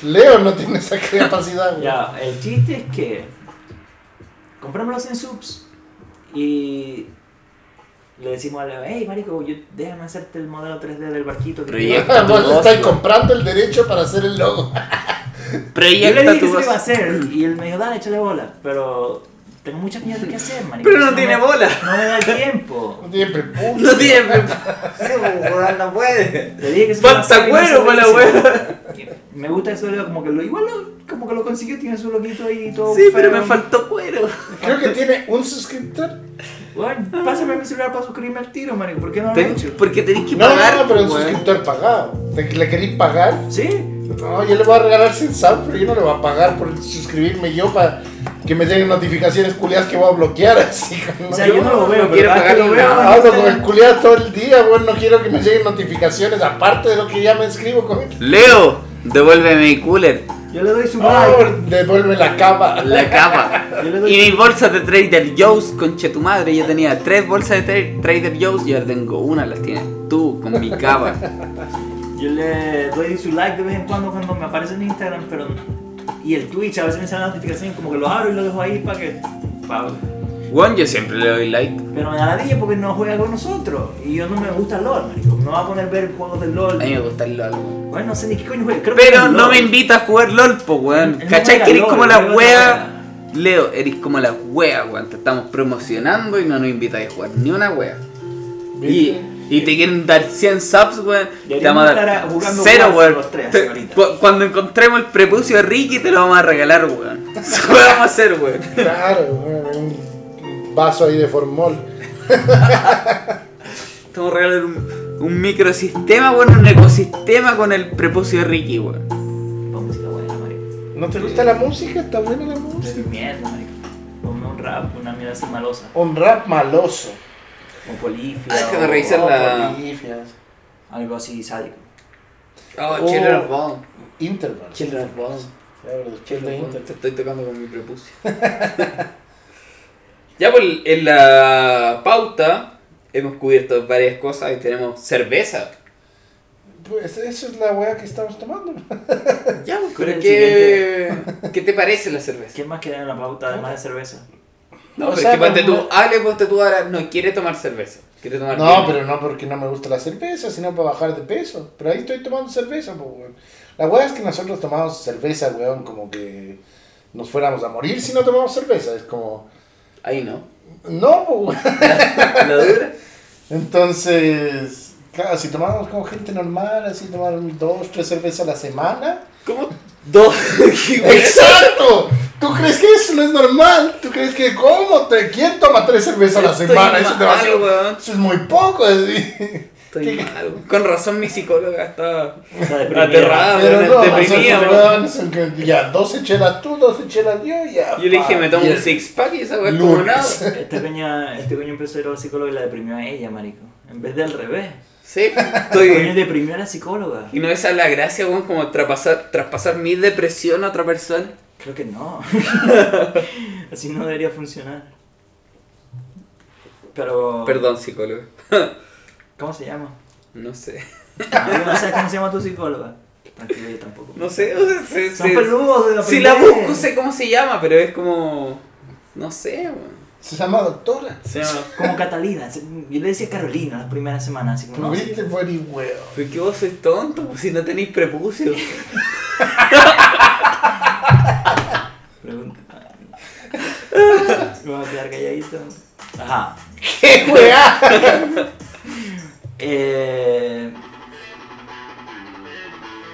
Leo no tiene esa capacidad. güey.
Ya, el chiste es que. Compramos los 100 subs y. Le decimos a Leo, hey marico, yo, déjame hacerte el modelo 3D del barquito. que
Proyecto.
Vos
tu
estáis
negocio.
comprando el derecho para hacer el logo.
Yo le
Proyecta
dije que
tu
se lo
voz.
iba a hacer y él me dijo, dale, échale bola. Pero tengo muchas mierdas que hacer, man.
Pero no tiene bola.
No me da el tiempo.
No tiene prepucio.
No tiene.
Sí, pues, weón, no puede. Le dije que se lo iba a
Falta
hacer y no se
cuero
lo
para la
hice. Me gusta eso, como que lo igual lo- como que lo consiguió, tiene su loquito ahí y todo.
Sí, pero
feo.
me faltó cuero.
Creo que tiene un suscriptor.
Weón, pásame mi celular para suscribirme al tiro, marico. ¿Por qué no lo he
Ten-
hecho?
Porque tenés que
No,
pagar.
no, no, pero un
weón.
suscriptor pagado. ¿Le le queréis pagar?
Sí.
No, yo le voy a regalar sin sal, pero yo no le voy a pagar por suscribirme yo para que me lleguen notificaciones culiadas que voy a bloquear así.
O sea, yo, no lo veo,
no
pero
quiero
cada vez que
pagar
lo
nada.
veo. en
Hablo con el
Instagram-
culiado todo el día, bueno, no quiero que me lleguen notificaciones aparte de lo que ya me escribo con él.
Leo, devuélveme mi cooler,
Yo le doy su
Ah,
Oh,
like.
devuelve la capa.
la capa.
Yo le doy-
Y mi bolsa de Trader Joe's, conche tu madre. Yo tenía tres bolsas de tra- Trader Joe's y ahora tengo una, las tienes tú con mi capa.
Yo le doy su like de vez en cuando cuando me aparece en Instagram, pero. Y el Twitch, a veces me salen notificaciones, como que lo abro y lo dejo ahí para que. pa-
Juan, yo siempre le doy like.
Pero me da la dilla porque no juega con nosotros. Y yo no me gusta el LOL, marico. No va a poner ver juegos del
A
LOL.
mí me gusta el LOL.
Bueno, no sé ni qué coño juega. Creo que
Pero
juega
no
LOL.
me invita a jugar LOL, po, weón.
No
¿Cachai
juega
que eres
LOL,
como la
juega
wea? Leo, eres como la wea, weón. Te estamos promocionando y no nos invitáis a jugar ni una wea. Y, y te quieren dar 100 subs, weón. Te
Deberíamos
vamos a
estar
dar
a- jugando
cero,
Warzone
weón.
los tres,
Te-
ahorita.
cu- cuando encontremos el prepucio de Ricky, te lo vamos a regalar, weón. Eso lo vamos a hacer, weón.
Claro, bueno, un vaso ahí de formol.
Te vamos a regalar un, un microsistema, weón. Un ecosistema con el prepucio de Ricky, weón.
Pon música buena, marico.
¿No te gusta la música? ¿Está buena la
Es
música?
mierda, marico. Ponme un rap, una mierda así malosa.
Un rap maloso.
O polifia.
Ah, déjame
o-
revisar. Dice
Oh,
la-
Bolivias.
Algo así sádico.
Oh,
Children of
Bond.
Interval.
Children of Bond.
Ya, pero después de Interval.
Te estoy tocando con mi prepucio. ya pues en la pauta hemos cubierto varias cosas y tenemos cerveza.
Pues eso es la weá que estamos tomando.
Ya, pues,
Pero
pero
el
¿qué, ¿qué te parece la cerveza?
¿Qué más queda en la pauta además de cerveza?
No,
O
pero
sea,
es que ponte
pero
tú,
no-
Ale, ponte tú ahora, no quiere tomar cerveza. Quiere tomar
No,
vino.
pero no porque no me gusta la cerveza, sino para bajar de peso. Pero ahí estoy tomando cerveza, pues, weón. La weá es que nosotros tomamos cerveza, weón, como que nos fuéramos a morir si no tomamos cerveza. Es como,
Ahí no.
no, po, weón.
¿La dura?
Entonces, claro, si tomamos como gente normal, así tomar dos, tres cervezas a la semana.
¿Cómo? Dos. Qué wea.
¡Exacto! ¿Tú crees que eso no es normal? ¿Tú crees que cómo? Te, ¿Quién toma tres cervezas a la
Estoy
semana? Eso, es
mal,
demasiado-
weón.
eso es muy poco. así.
Estoy mal. weón. Con razón mi psicóloga está
Está
aterrada,
Ah, Pero
weón,
no,
deprimida,
esos
weón.
weones son que ya 12 chelas tú, 12 chelas yo, ya.
Yo le dije, me tomo
pa,
un
bien.
six pack y esa weá es como
Lunes.
nada.
Esta coña, este coño empezó a ir al psicólogo y la deprimió a ella, marico. En vez de al revés.
Sí,
El coño
estoy.
deprimió a la psicóloga.
Y no esa es la gracia, weón, como traspasar, traspasar mi depresión a otra persona.
Creo que no. Así no debería funcionar. Pero.
Perdón, psicólogo.
¿Cómo se llama?
No sé.
Ah, yo No sé cómo se llama tu psicóloga. Tranquilo, yo tampoco.
No sé, o sea, se-
Son
se-
peludos de la
Si la
primera.
busco, sé cómo se llama, pero es como. No sé, weón.
Se llama doctora.
Se llama.
Como Catalina. se- Yo le decía Carolina las primeras semanas. Así como, no,
Tuviste buen y huevo.
¿Por qué vos sois tonto? pues, Si no tenéis prepucio.
pregunta. Me voy a quedar calladito. Ajá.
¡Qué weá!
Eh,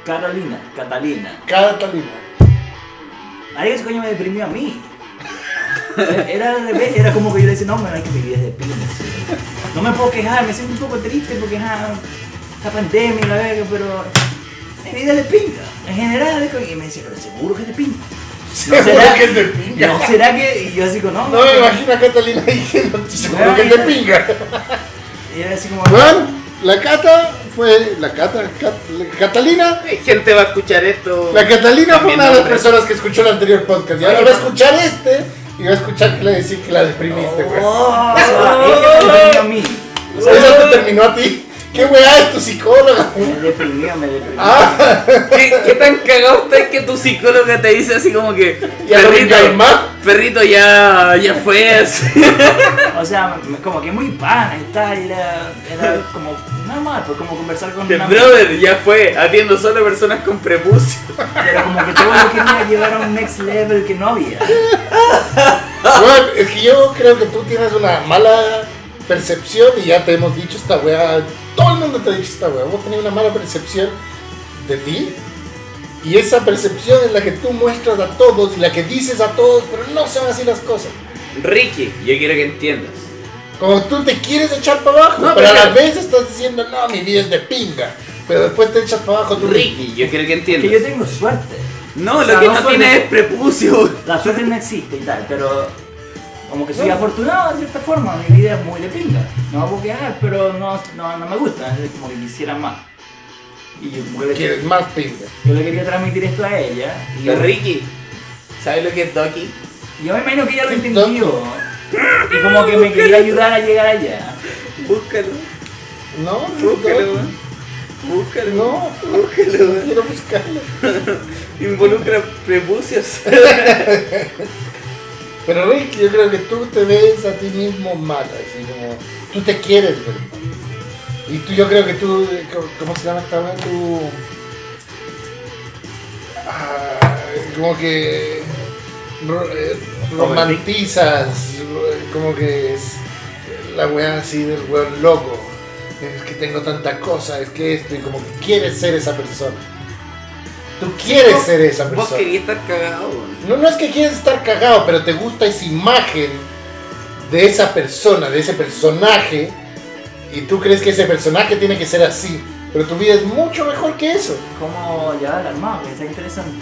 Carolina, Catalina.
Catalina.
Ahí ese coño me deprimió a mí. Era al revés, era como que yo le decía, no, man, hay que vivir desde pines. No me puedo quejar, me siento un poco triste porque ja, esta pandemia y la verga, pero mi vida es de pinga. En general, coño, y me decía, pero seguro que es de pinga.
Seguro
será-
que es de pinga.
No, será que. Y yo así como, no,
No me
man".
imagino a Catalina diciendo, seguro que es de pinga.
Y era así como,
Bueno, la Cata fue. La Cata. Cat- la Catalina.
Hay gente va a escuchar esto.
La Catalina fue
También
una de las
hombre.
personas que escuchó el anterior podcast. Y ahora va a escuchar este y va a escuchar que le decís que la deprimiste, weón.
"Oh, ella me deprimió a mí.
Eso te terminó a ti. ¿Qué weá es tu psicóloga?
Me deprimió, me deprimió.
Ah,
¿Qué, qué tan cagado estás que tu psicóloga te dice así como que.
¿Ya lo más?
perrito ya, ya fue. así.
O sea, me- como que muy pana y tal. y Era, era como normal, pues como conversar con
El
una
brother ya fue. Atiendo solo a personas con prepucio.
Pero como que todo lo quería llevar a un next level que no había.
weón, es que yo creo que tú tienes una mala percepción y ya te hemos dicho esta weá. Todo el mundo te ha dicho esta weá. Vos tenés una mala percepción de ti. Y esa percepción es la que tú muestras a todos y la que dices a todos, pero no son así las cosas.
Ricky, yo quiero que entiendas.
Como tú te quieres echar para abajo,
No,
pero a
pero-
la vez estás diciendo, no, mi vida es de pinga. Pero después te echas para abajo tú.
Ricky, yo quiero que
Que yo
entiendas.
tengo suerte.
No,
O sea,
lo que
no
no
soy-
tiene es prepucio.
La suerte no existe y tal, pero como que soy afortunado de cierta forma. Mi vida es muy de pinga. No hago que hacer, pero no, no, no me gusta. Es como que quisiera más. Y yo, como que le-
Quieres más pinga.
yo le quería transmitir esto a ella. Y yo,
Ricky, ¿sabes lo que es Doki?
yo me imagino que ella lo
Sí,
entendió. Y como que me quería ayudar a llegar allá.
Búscalo,
No,
búscalo,
no,
weón. Búscalo.
no,
Búscalo,
no quiero buscarlo.
Involucra prepucios.
Pero Rick, yo creo que tú te ves a ti mismo mal, así como tú te quieres ver. mal. Y tú, yo creo que tú, eh, co- ¿cómo se llama esta vez? Tú. Ah, como que. ro- eh, romantizas, ro- como que es la weá así del weón loco. Es que tengo tanta cosa, es que esto, y como que quieres ser esa persona. Tú quieres ser esa persona.
Vos querías estar cagado, weón.
No, no es que quieres estar cagado, pero te gusta esa imagen de esa persona, de ese personaje, y tú crees que ese personaje tiene que ser así, pero tu vida es mucho mejor que eso.
¿Cómo llevarla al mapa? Está interesante.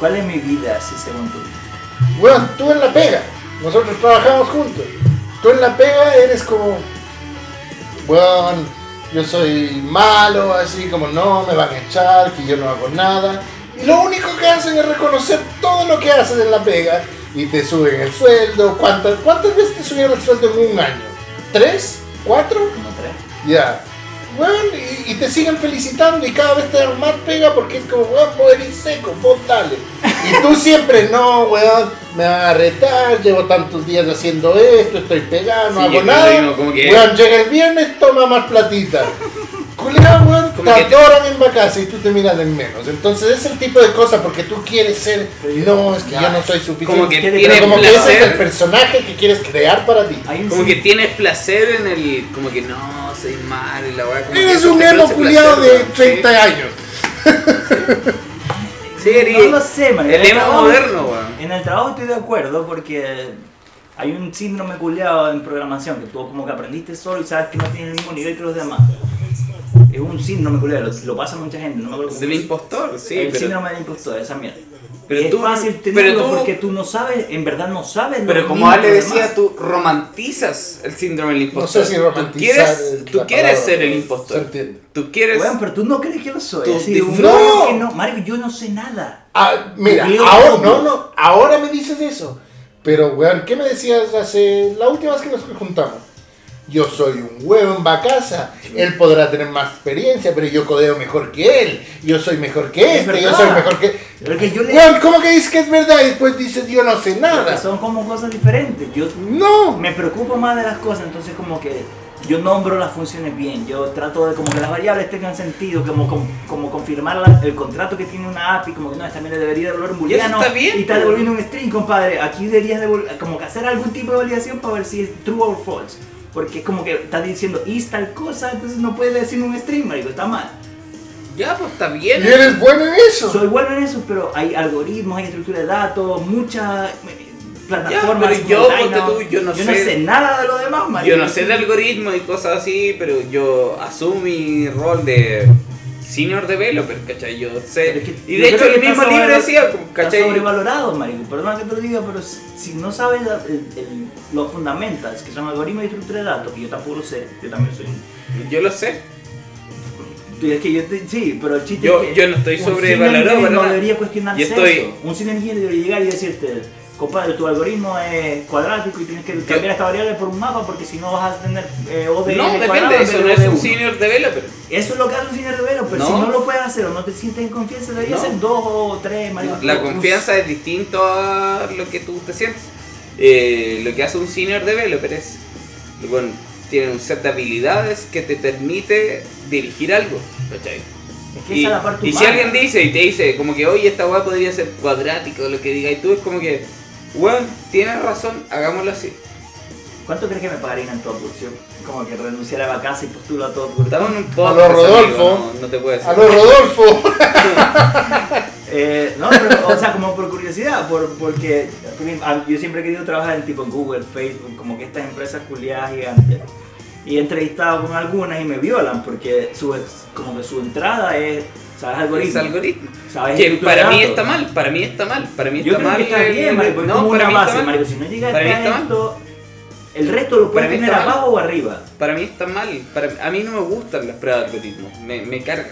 ¿Cuál es mi vida, si según tú?
Bueno, tú en la pega, nosotros trabajamos juntos, tú en la pega eres como, bueno, yo soy malo, así como no, me van a echar, que yo no hago nada, y lo único que hacen es reconocer todo lo que haces en la pega y te suben el sueldo. ¿Cuántas, cuántas veces te subieron el sueldo en un año? ¿Tres? ¿Cuatro?
Como tres.
Ya. Bueno, y, y te siguen felicitando y cada vez te dan más pega porque es como, weón, vos eres seco, vos dale. Y tú siempre, no, weón, me van a retar, llevo tantos días haciendo esto, estoy pegado, no
Sí, yo
hago
creo
nada.
lo mismo, como que-
Weón, llega el viernes, toma más platita. Culeado, weón, te
Como que te-
adoran en vacaciones y tú te miras en menos. Entonces es el tipo de cosa porque tú quieres ser, no, es que yo no soy suficiente.
Como que
Pero
tiene
Pero como que ese es el
placer.
personaje que quieres crear para ti.
Hay un
Como que
sí-
tienes placer en el. Como que no, soy malo y la weá. como que
Eres
eso
un
te
emo
produce
culiado
placer,
de
weón.
30 años.
Sí, eres-
No lo sé, man.
El
En
emo
trabajo-
moderno, weón.
En el trabajo estoy de acuerdo porque hay un síndrome culiado en programación que tú como que aprendiste solo y sabes que no tienes el mismo nivel que los demás. Es un síndrome culiado, lo, lo pasa mucha gente, no me acuerdo. cómo
Del
se-
impostor, sí.
el
pero-
síndrome del impostor, esa mierda.
Pero
Y es
tú-
fácil
pero
tenerlo
tú-
porque tú no sabes, en verdad no sabes. lo
Pero como
mismo
Ale
que los
decía,
demás.
tú romantizas el síndrome del impostor.
si
Tú
romantizar
quieres,
es
tú
la
quieres
palabra,
ser el
pero
impostor.
se entiende.
Tú quieres.
Weón, pero tú no crees que lo soy.
Tú
así de un-
disfrutas.
que no, Mario, yo no sé nada.
Ah, mira,
Yo
ahora,
como.
no, no, ahora me dices eso. Pero, weón, ¿qué me decías hace la última vez que nos juntamos? Yo soy un huevón bacasa. Él podrá tener más experiencia, pero yo codeo mejor que él. Yo soy mejor que
Es
este, yo
verdad.
soy mejor que.
Pero que yo le-
Weón, ¿cómo que dices que es verdad y después dices yo no sé nada?
Son como cosas diferentes. Yo
No,
me preocupo más de las cosas, entonces como que yo nombro las funciones bien, yo trato de como que las variables tengan sentido, como, como, como confirmar la- el contrato que tiene una API, como que no, esta mierda debería devolver un
Y eso
booleano
está bien, pues.
y está
pero-
devolviendo un string, compadre. Aquí deberías devol- como que hacer algún tipo de validación para ver si es true o false, porque es como que estás diciendo is tal cosa, entonces no puedes decir un string, marico, está mal.
Ya, pues está
y
bien.
eres bueno en eso.
Soy bueno en eso, pero hay algoritmos, hay estructura de datos, muchas eh, plataformas.
pero
como
yo,
Dynamo.
ponte tú, yo no
yo no
sé-
sé nada de lo demás, marico.
Yo no sé de algoritmos y cosas así, pero yo asumo mi rol de senior developer, ¿cachai? Yo
Pero es
sé.
que
Y
yo
de hecho,
creo que
el mismo
está
libro
sobrevalo-
decía,
Está
¿cachai?
sobrevalorado, marico. Perdona que te lo diga, pero si, si no sabes la- el- el- los fundamentos, que son algoritmos y estructura de datos, que yo tampoco lo sé, yo también soy.
Yo lo sé.
tú- Es que yo te- sí, pero el chiste
Yo-
es que
yo no estoy
un
sobrevalorado,
senior engineer
perdona.
No debería cuestionarse
Yo estoy-
eso. Un sin debería llegar y decirte, compadre, tu algoritmo es cuadrático y tienes que cambiar esta variable por un mapa porque si no vas a tener eh, ODN
No,
cuadrado
depende, eso
en
no
vez
es
de
un
uno.
senior developer.
Eso es lo que hace un cine revelo, pero
No.
si no lo puedes hacer o no te sientes en confianza, deberías
No.
hacer dos o tres, marico.
La confianza es distinto a lo que tú te sientes. Eh, lo que hace un senior developer es, bueno, tiene un set de habilidades que te permite dirigir algo, ¿cachai?
Es que
Y,
esa es la parte
y si
humana.
alguien dice y te dice, como que hoy esta weá podría ser cuadrático, lo que diga, y tú es como que, weón, tienes razón, hagámoslo así.
¿Cuánto crees que me pagarían en tu producción? Como que renunciara a vacancia y postula a todo
Estamos en
por
un
A
podcast,
lo Rodolfo.
amigo, no, no te puedes
¡A lo Rodolfo!
Eh, no, pero, o sea, como por curiosidad, por, porque a- yo siempre he querido trabajar en tipo Google, Facebook, como que estas empresas culiadas gigantes. Y he entrevistado con algunas y me violan porque su, como que su entrada es, ¿sabes?
Es
Algoritmo.
algoritmo.
¿Sabes?
Que
estructura
para
de
mí
datos.
está mal, para mí está mal, para mí está
Yo creo
mal.
que está
el-
bien, marico, porque
no,
es como
para
una
mí está
base,
mal.
marico. Si no llega
Para mí está
hasta
mal.
esto, el resto lo
Para
puedes
mí
tener
está mal.
abajo o arriba.
Para mí está mal. Para, a mí no me gustan las pruebas de algoritmo. Me, me cargan.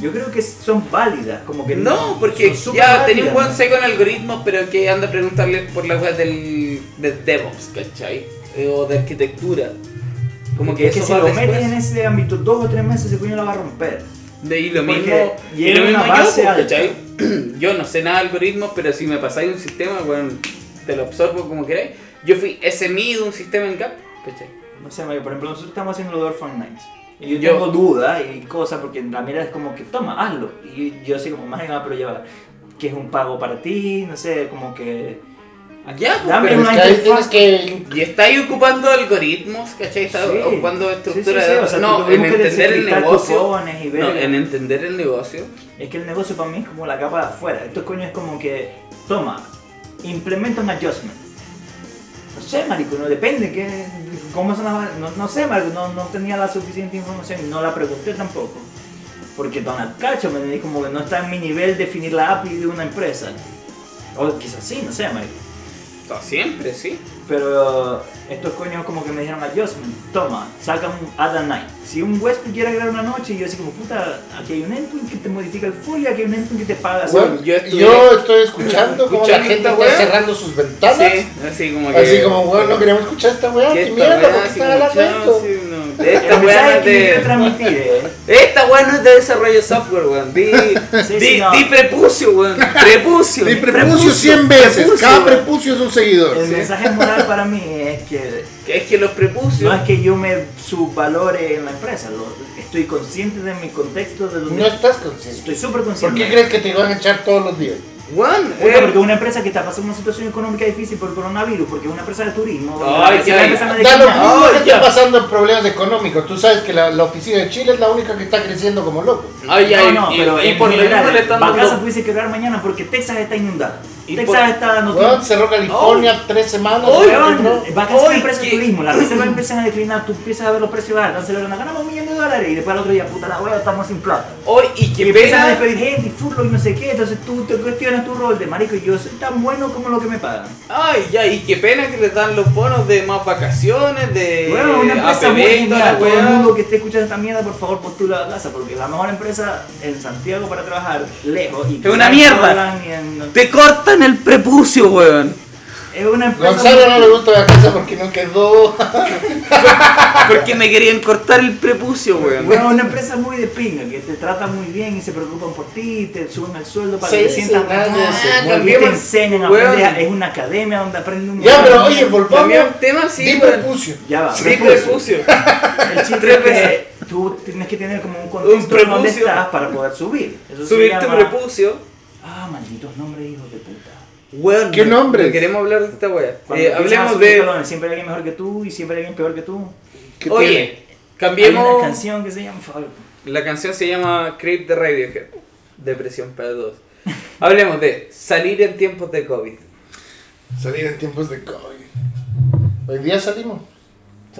Yo creo que son válidas, como que
No, porque
son súper
ya tenía un buen
válidas.
seco en algoritmos, pero que anda a preguntarle por la web del, del DevOps, ¿cachai? Eh, O de arquitectura. Como que
es que
eso
si
va
lo
después.
metes en ese ámbito dos o tres meses, ese coño la va a romper.
De, y lo
Porque
mismo, y
llega
lo mismo
una
yo,
base
pues,
alta.
¿cachai? Yo no sé nada de algoritmos, pero si me pasáis un sistema, bueno, te lo absorbo como queráis. Yo fui SMI de un sistema en CAP, ¿cachai?
No sé, Mario, por ejemplo, nosotros estamos haciendo los Orphan Nights. Y yo,
Yo-
tengo dudas y cosas, porque la mira es como que, toma, hazlo. Y yo así como, más pero lleva, que es un pago para ti, no sé, como que...
Ya, pues,
Ah, Dame
pero-
Pero es que ahí tienes que...
Y estáis ocupando algoritmos, ¿cachai? Estáis
Sí.
ocupando
Sí,
estructura
sí, sí,
de
o
datos.
sea,
no, en
tuvimos que
entender el
desencriptar
negocio.
cojones y
No,
verga.
en entender el negocio.
Es que el negocio para mí es como la capa de afuera. Esto coño es como que, toma, implementa un adjustment. No sé, marico, no depende, que, cómo son las- no, no sé, marico, no, no tenía la suficiente información y no la pregunté tampoco. Porque Donald Cacho me dijo como que no está en mi nivel definir la API de una empresa. O quizás sí, no sé, marico.
Está siempre, sí.
Pero estos coños como que me dijeron adjustment, toma, saca un add a night. Si un huésped quiere agregar una noche, y yo así como, puta, aquí hay un endpoint que te modifica el folio, aquí hay un endpoint que te paga. así
Bueno,
como-
yo
yo,
estuve-
estoy escuchando cómo la
Escuchando,
gente está
weón.
cerrando sus ventanas.
Sí, así como que.
Así como, weón, no queremos escuchar esta weá.
que
¿Qué
esta
mierda?
weá,
¿Por qué
así
están
como,
hablando de
chao,
esto?
sí, no. De Esta
El
weá
mensaje
no
que yo eh, quiero
te.
transmitir es,
Esta weá no es de desarrollo de software, weón. Di,
Sí,
di,
sí, no.
di prepucio, weón. Prepucio.
Di prepucio 100 veces.
Prepucio,
Cada
weón.
prepucio es un seguidor.
el mensaje moral para mí es que
Que es que los prepucios.
no es que yo me subvalore en la empresa, lo- estoy consciente de mi contexto, de donde
No estás consciente.
estoy súper
¿Por
consciente.
qué crees que te van a echar todos los días?
Weón,
Puta,
eh,
porque una empresa que está pasando una situación económica difícil por el coronavirus, porque es una empresa de turismo,
Ay,
porque
ya,
la empresa
ya.
Da lo
americana-
mismo que
Ay,
está
ya.
pasando en problemas económicos. Tú sabes que la, la oficina de Chile es la única que está creciendo como loco.
Ay, ay,
no, no,
y,
pero
y
en
por lo
general,
mismo le están
Bacasa
dando.
pudiese quebrar mañana porque Texas está inundada.
Y
Texas
por-
está dando
Weón, cerró California
Oh.
tres semanas.
Ay,
weón,
Weón,
¿no?
Bacasa es
Hoy
una empresa de
que-
turismo, las reservas empiezan a declinar, tú empiezas a ver los precios bajar, están celebrando, ganamos un millón de dólares y después al otro día, puta la hueá, estamos sin plata.
Hoy y
Y
que
empiezan a
pega.
despedir gente y furlo y no sé qué, entonces tú te cuestionas tu rol de marico y yo soy tan bueno como lo que me pagan.
Ay, ya, y qué pena que les dan los bonos de más vacaciones, de
Bueno, una empresa
APB
muy
y toda Eh,
genial.
la
Todo el
weá.
mundo que esté escuchando esta mierda, por favor, postula a casa, porque es la mejor empresa en Santiago para trabajar lejos. Y
Es una
quizás
mierda.
no hablan ni en-
Te cortan el prepucio, weón.
Es una empresa.
Gonzalo
muy-
no le gusta la casa porque no quedó.
Ah, Porque me querían cortar el prepucio, weón.
Bueno, una empresa muy de pinga, que te trata muy bien y se preocupan por ti, te suben el sueldo para
Sí,
que te
sí,
sientas
nada de eso.
bien,
Ah,
y te
cambiemos-
enseñan a
Weón.
aprender. Es una academia donde aprenden un
Ya,
montón
pero
de
oye,
mierda.
volvamos.
Cambiamos tema, sí,
Di
weón.
prepucio.
Ya va,
Sí,
prepucio.
prepucio.
El chiste
Tres
es que
veces.
tú tienes que tener como un contexto en
prepucio.
donde estás para poder subir. Eso se
Subir tu
llama-
prepucio.
Ah, malditos nombres, hijos de puta.
Weón.
¿Qué
no-
nombres?
no Queremos hablar de esta weá.
Cuando
Eh,
empiezas a
hablemos
subir
de.
escalones, siempre hay alguien mejor que tú y siempre hay alguien peor que tú.
¿Qué tiene?
Oye, cambiemos.
Hay una canción que se llama Fabio.
La canción se llama Creep de Radiohead. Depresión para todos. Hablemos de salir en tiempos de COVID.
Salir en tiempos de COVID. Hoy día salimos.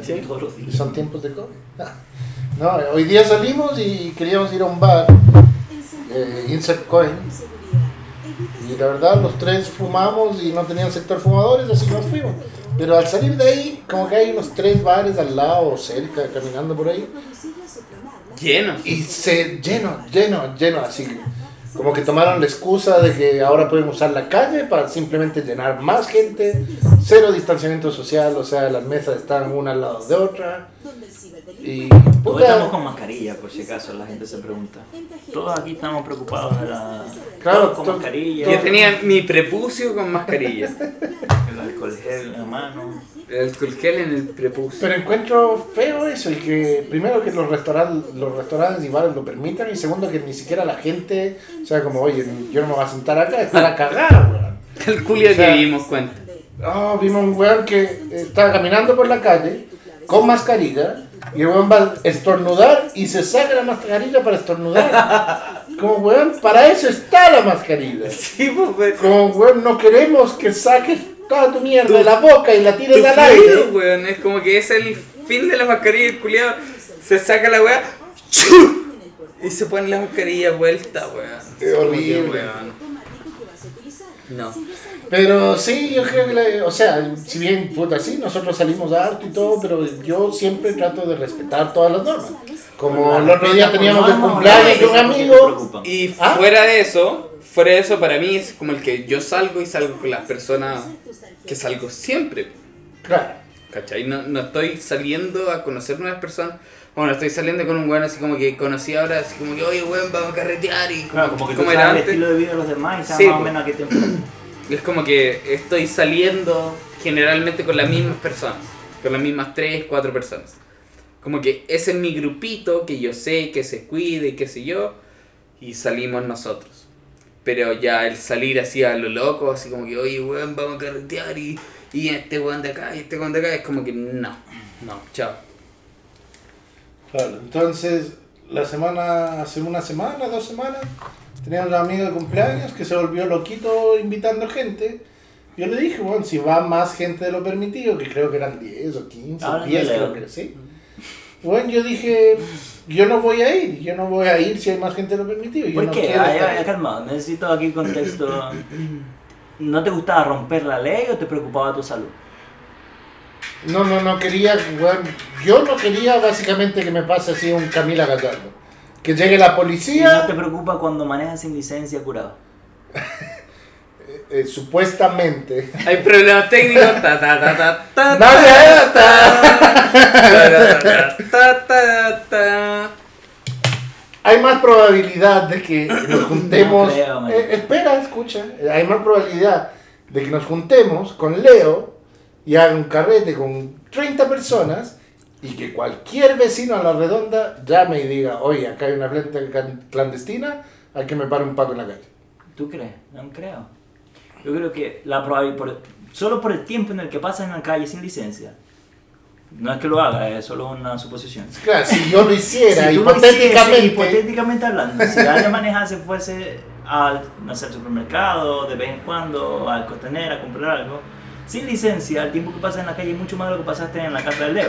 Así todos los días.
Son tiempos de COVID. No, hoy día salimos y queríamos ir a un bar, eh, Insert Coin. Y la verdad, los tres fumamos y no tenían sector fumadores, así que nos fuimos. Pero al salir de ahí, como que hay unos tres bares al lado o cerca, caminando por ahí.
Llenos.
Y se lleno, lleno, lleno, así. Como que tomaron la excusa de que ahora pueden usar la calle para simplemente llenar más gente, cero distanciamiento social, o sea, las mesas están una al lado de otra. Y
Todos
puta,
estamos con mascarilla, por si acaso, la gente se pregunta. Todos aquí estamos preocupados de la...
Claro,
todos con
to-
mascarilla,
Yo tenía mi prepucio con mascarilla.
el alcohol gel en la mano.
El alcohol gel en el prepucio.
Pero encuentro feo eso y que primero que los restaurantes, los restaurantes y bares lo permitan y segundo que ni siquiera la gente, o sea, como, oye, yo no me voy a sentar acá, está la cagada, weón.
El culia
O sea,
que dimos cuenta.
Ah, vimos un weón que estaba caminando por la calle con mascarilla y el weón va a estornudar y se saca la mascarilla para estornudar. Como weón, para eso está la mascarilla.
Sí, pues, weón.
Como weón, no queremos que saques toda tu mierda
Tu-
de la boca y la
Tu
tires al
fluido,
aire.
weón. Es como que es el fin de la mascarilla. El culiado se saca la weá. Y se pone la mascarilla vuelta, weón.
Qué horrible.
Weón. No.
Pero sí, yo creo que, la- o sea, si bien, puta, sí, nosotros salimos a arte y todo, pero yo siempre trato de respetar todas las normas. Como el otro día teníamos un cumpleaños de un amigo.
Y
Y
¿Ah?
fuera de eso, fuera de eso, para mí es como el que yo salgo y salgo con las personas que salgo siempre.
Claro.
¿Cachai? No, no estoy saliendo a conocer nuevas personas. Bueno, estoy saliendo con un weón así como que conocí ahora, así como que, oye, weón, vamos a carretear y como,
claro, como que tú
como
sabes
era
el
antes.
estilo de vida de los demás y sabes
Sí,
más o
pues.
menos a qué te enfrentas.
Es como que estoy saliendo generalmente con las mismas personas, con las mismas tres, cuatro personas. Como que ese es mi grupito que yo sé que se cuide, qué sé yo, y salimos nosotros. Pero ya el salir así a lo loco, así como que, oye, weón, vamos a carretear y, y este weón de acá y este weón de acá, es como que no, no, chao.
Claro, entonces la semana, hace una semana, dos semanas, teníamos un amigo de cumpleaños que se volvió loquito invitando gente. Yo le dije, bueno, si va más gente de lo permitido, que creo que eran 10 o 15,
Ahora
10
no leo.
creo que era, sí. Bueno, yo dije, yo no voy a ir, yo no voy a ir si hay más gente de lo permitido. Yo
¿Por
no
qué?
quiero
Ay,
estar
ay,
ahí.
calmado, necesito aquí contexto. ¿No te gustaba romper la ley o te preocupaba tu salud?
No, no, no quería, weón. Yo no quería básicamente que me pase así un Camila Gallardo. Que llegue la
¿Y no
policía,
te preocupa cuando manejas sin licencia curado?
eh, supuestamente.
Hay problemas técnicos, ta ta ta ta ta.
¡No, ya, ta!
ta, ta, ta, ta, ta.
Hay más probabilidad de que nos juntemos.
No creo, man.
Eh, espera, escucha. Hay más probabilidad de que nos juntemos con Leo y haga un carrete con 30 personas y que cualquier vecino a la redonda llame y diga: Oye, acá hay una planta can- clandestina, hay que me pare un paco en la calle.
¿Tú crees? No creo. Yo creo que la probabilidad, por- solo por el tiempo en el que pasas en la calle sin licencia, no es que lo haga, es solo una suposición.
Claro, si yo lo hiciera,
tú lo
hipotéticamente.
hicieses, hipotéticamente hablando, si alguien manejase fuese al, no sé, al supermercado, de vez en cuando, al costanera, a comprar algo, sin licencia, el tiempo que pasas en la calle es mucho más de lo que pasaste en la casa de Leo.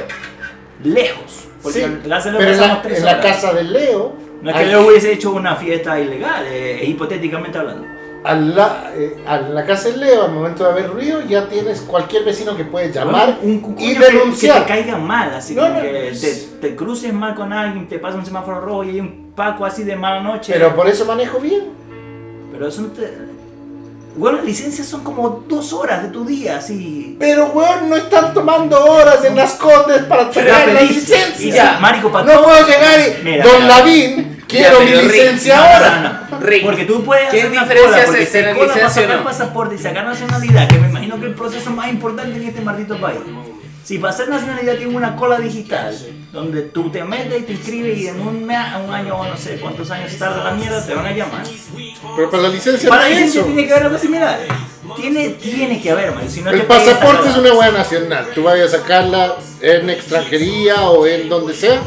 Lejos. Porque
sí,
en la casa de Leo
pero en la,
pasamos tres
en la
horas.
casa de Leo,
No es que
hay-
Leo hubiese hecho una fiesta ilegal, eh, hipotéticamente hablando.
al la- eh, a la casa de Leo, al momento de haber ruido, ya tienes cualquier vecino que puede llamar
Ah, un
y
cucuyo que- Que,
denunciar.
te caiga mal, así
No,
como
no,
que
no.
te, te cruces mal con alguien, te pasa un semáforo rojo y hay un paco así de mala noche.
Pero por eso manejo bien.
Pero eso no te... Bueno, las licencias son como dos horas de tu día, así...
Pero weón, no están tomando horas en las condes para sacar la
pediste, y
licencia.
sí, marico, pa'
no
todo.
puedo llegar y
Mira,
Don
mira.
Lavín, quiero mi
pero Rick,
licencia
No,
ahora.
no, no.
Rick,
Porque tú puedes
¿qué
hacer una
diferencia
cola,
hace
porque
tener
cola para
licencia o
sacar
no?
pasaporte y sacar nacionalidad, que me imagino que el proceso más importante en este maldito país. Si para hacer nacionalidad tiene una cola digital, donde tú te metes y te inscribes y en un, mea- un año o no sé cuántos años se tarda la mierda, te van a llamar.
Pero para la licencia
Para
no es
licencia
eso.
tiene que haber algo similar. Tiene, tiene que haber, man. Si no te
El
pegan esta
pasaporte
cola.
es una hueá nacional. Tú vayas a sacarla en extranjería o en donde sea.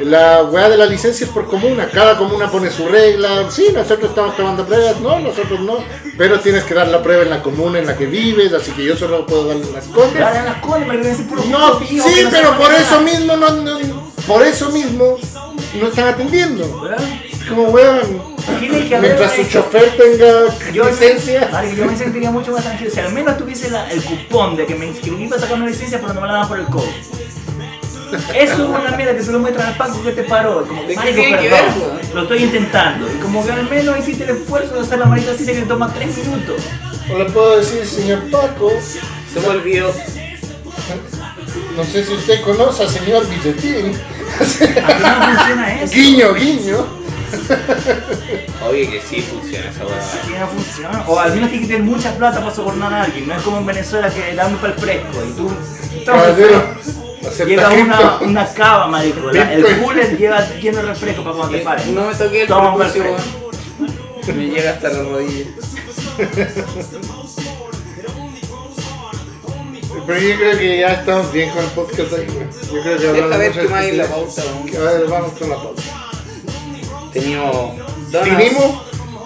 La hueá de la licencia es por comuna. Cada comuna pone su regla. Sí, nosotros estamos tomando pruebas. No, nosotros no. Pero tienes que dar la prueba en la comuna en la que vives. Así que yo solo puedo dar las condes.
Dale a las colas, marico, debe ser puro
No,
puto pío,
sí,
que no
pero
sepa
por
nada.
eso mismo no, no- por eso mismo no están atendiendo.
¿Verdad?
Es Como weón,
Tiene que haber
mientras su
una-
chofer tenga
Yo,
licencia.
Marico, yo me sentiría mucho más tranquilo. Si al menos tuviese la- el cupón de que me inscribí para sacar una licencia, pero no me la dan por el codo. Eso es una mierda que tú le muestras al Paco que te paró. y Como
¿De
que
qué
"Marico,
tiene que
perdón,
ver, weón?
Lo estoy intentando. Y como que al menos hiciste el esfuerzo de hacer la manita así que te toma 3 minutos.
O le puedo decir, señor Paco,
Se me olvidó.
no sé si usted conoce al señor Billetín.
Aquí no funciona eso.
guiño, guiño.
Obvio que sí funciona esa weá.
Aquí no funciona. O al menos tienes que tener mucha plata para sobornar a alguien. No es como en Venezuela que dame para el fresco y tú.
Caballero, acepta
Lleva una,
cripto.
una cava, marico. La- el
Bitcoin.
cooler lleva lleno de refresco para cuando te pares.
No me toqué el
Toma un
prepucio,
café.
weón. Me llega hasta la rodilla.
Pero yo creo que ya estamos bien con el podcast ahí, güey. Yo creo que hablamos
Deja ver
mucho
qué más hay en la
este-
pauta,
que,
weón.
a ver, vamos con la pauta.
Teníamos. donas.
Tinimo,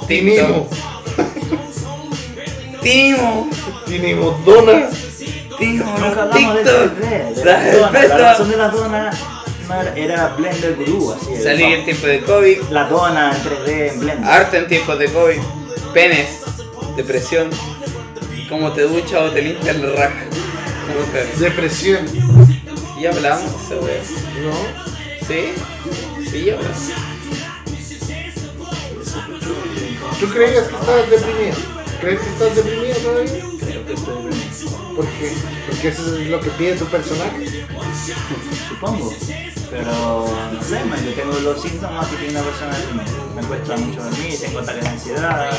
tinimo,
TikTok. Tinimo.
tinimo, dona.
Tinimo.
Nunca hablamos de
TikTok.
ese
La
La razón
cerveza.
de las donas era Blender Guru, así es.
Salir en tiempo de COVID.
La dona en 3D en Blender.
Arte en tiempos de COVID, penes, depresión, cómo te duchas o te limpias la raja. ¿Cómo te-
Depresión.
Ya hablamos de eso, wey.
No,
¿Sí? Sí, ya hablamos.
¿tú creías que estabas deprimido? ¿Crees que estás deprimido todavía?
Creo que tú.
¿Por qué? Porque eso es lo que pide tu personaje.
supongo. Pero no sé, man, yo tengo los síntomas que tiene una persona deprimente. Me cuesta mucho dormir, tengo ataques de ansiedad,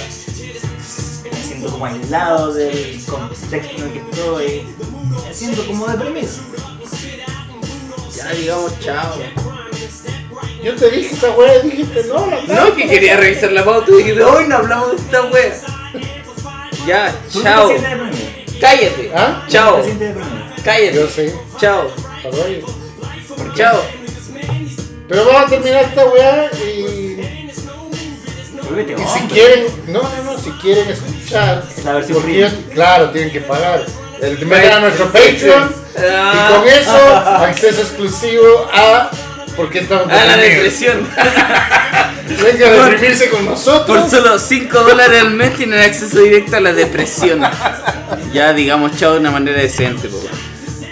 me siento como aislado del contexto en el que estoy, me siento como deprimido.
Ya digamos chao.
Yo te dije esa wea, dijiste no, la
No, que quería revisar la pauta y dije, hoy no hablamos de esta wea. Ya,
¿Tú
chao.
te sientes deprimido?
Cállate.
¿Ah?
¿Tú
Chao.
te sientes deprimido?
Yo
Cállate.
sé,
Chao.
caballo.
Chao.
Pero vamos a terminar esta wea y,
Vuélvete
y si
hombre.
quieren, no, no, no, si quieren escuchar,
La versión
porque
premium.
ellos, claro, tienen que pagar. El primero era nuestro Patreon
Ah.
y con eso acceso exclusivo a porque estamos
A la
deprimidos.
depresión.
Venga a deprimirse con
Por
nosotros.
solo 5 dólares al mes tienen acceso directo a la depresión. Ya digamos chao de una manera decente, po.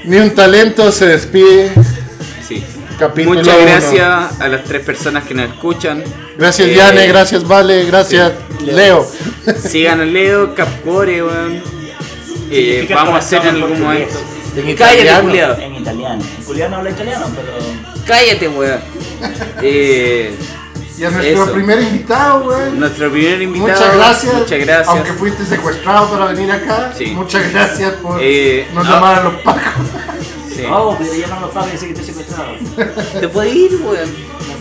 Ni un talento se despide.
Sí.
Capítulo
Muchas
uno.
gracias a las tres personas que nos escuchan.
Gracias
Eh,
Diane, gracias Vale, gracias Leo.
Sigan a Leo, Capcore, weón. Eh,
Significa
vamos a hacer en
corazón
algún
en
momento.
En
Cállate,
italiano.
culiado.
En italiano. En Juliano habla italiano, pero.
Cállate, weón. Eh,
Y a nuestro
Eso.
primer invitado, güey.
nuestro primer invitado.
Muchas gracias.
Muchas gracias.
Aunque fuiste secuestrado para venir acá.
Sí.
Muchas gracias por
Eh,
no
ah.
llamar a los pacos.
Sí.
Oh, pero llaman a los padres y dicen que estoy secuestrado. ¿Me
Te puedes ir, weón.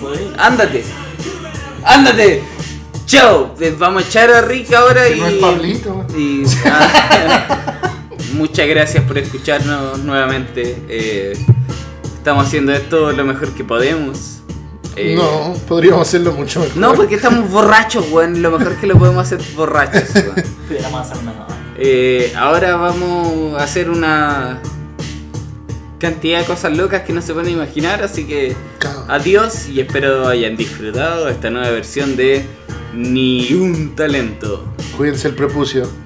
puedo ir?
Ándate. Ándate. Chao. Pues Vamos a echar a Rick ahora
Que
y.
no es Pablito.
y- ah, muchas gracias por escucharnos nuevamente. Eh, estamos haciendo esto lo mejor que podemos. Eh,
No, podríamos hacerlo mucho mejor.
No, pues, porque estamos borrachos, weón. Lo mejor que lo podemos hacer borrachos, weón.
Pudiéramos hacer nada.
Eh, ahora vamos a hacer una cantidad de cosas locas que no se pueden imaginar, así que
Claro.
adiós y espero hayan disfrutado esta nueva versión de Ni un talento.
Cuídense el prepucio.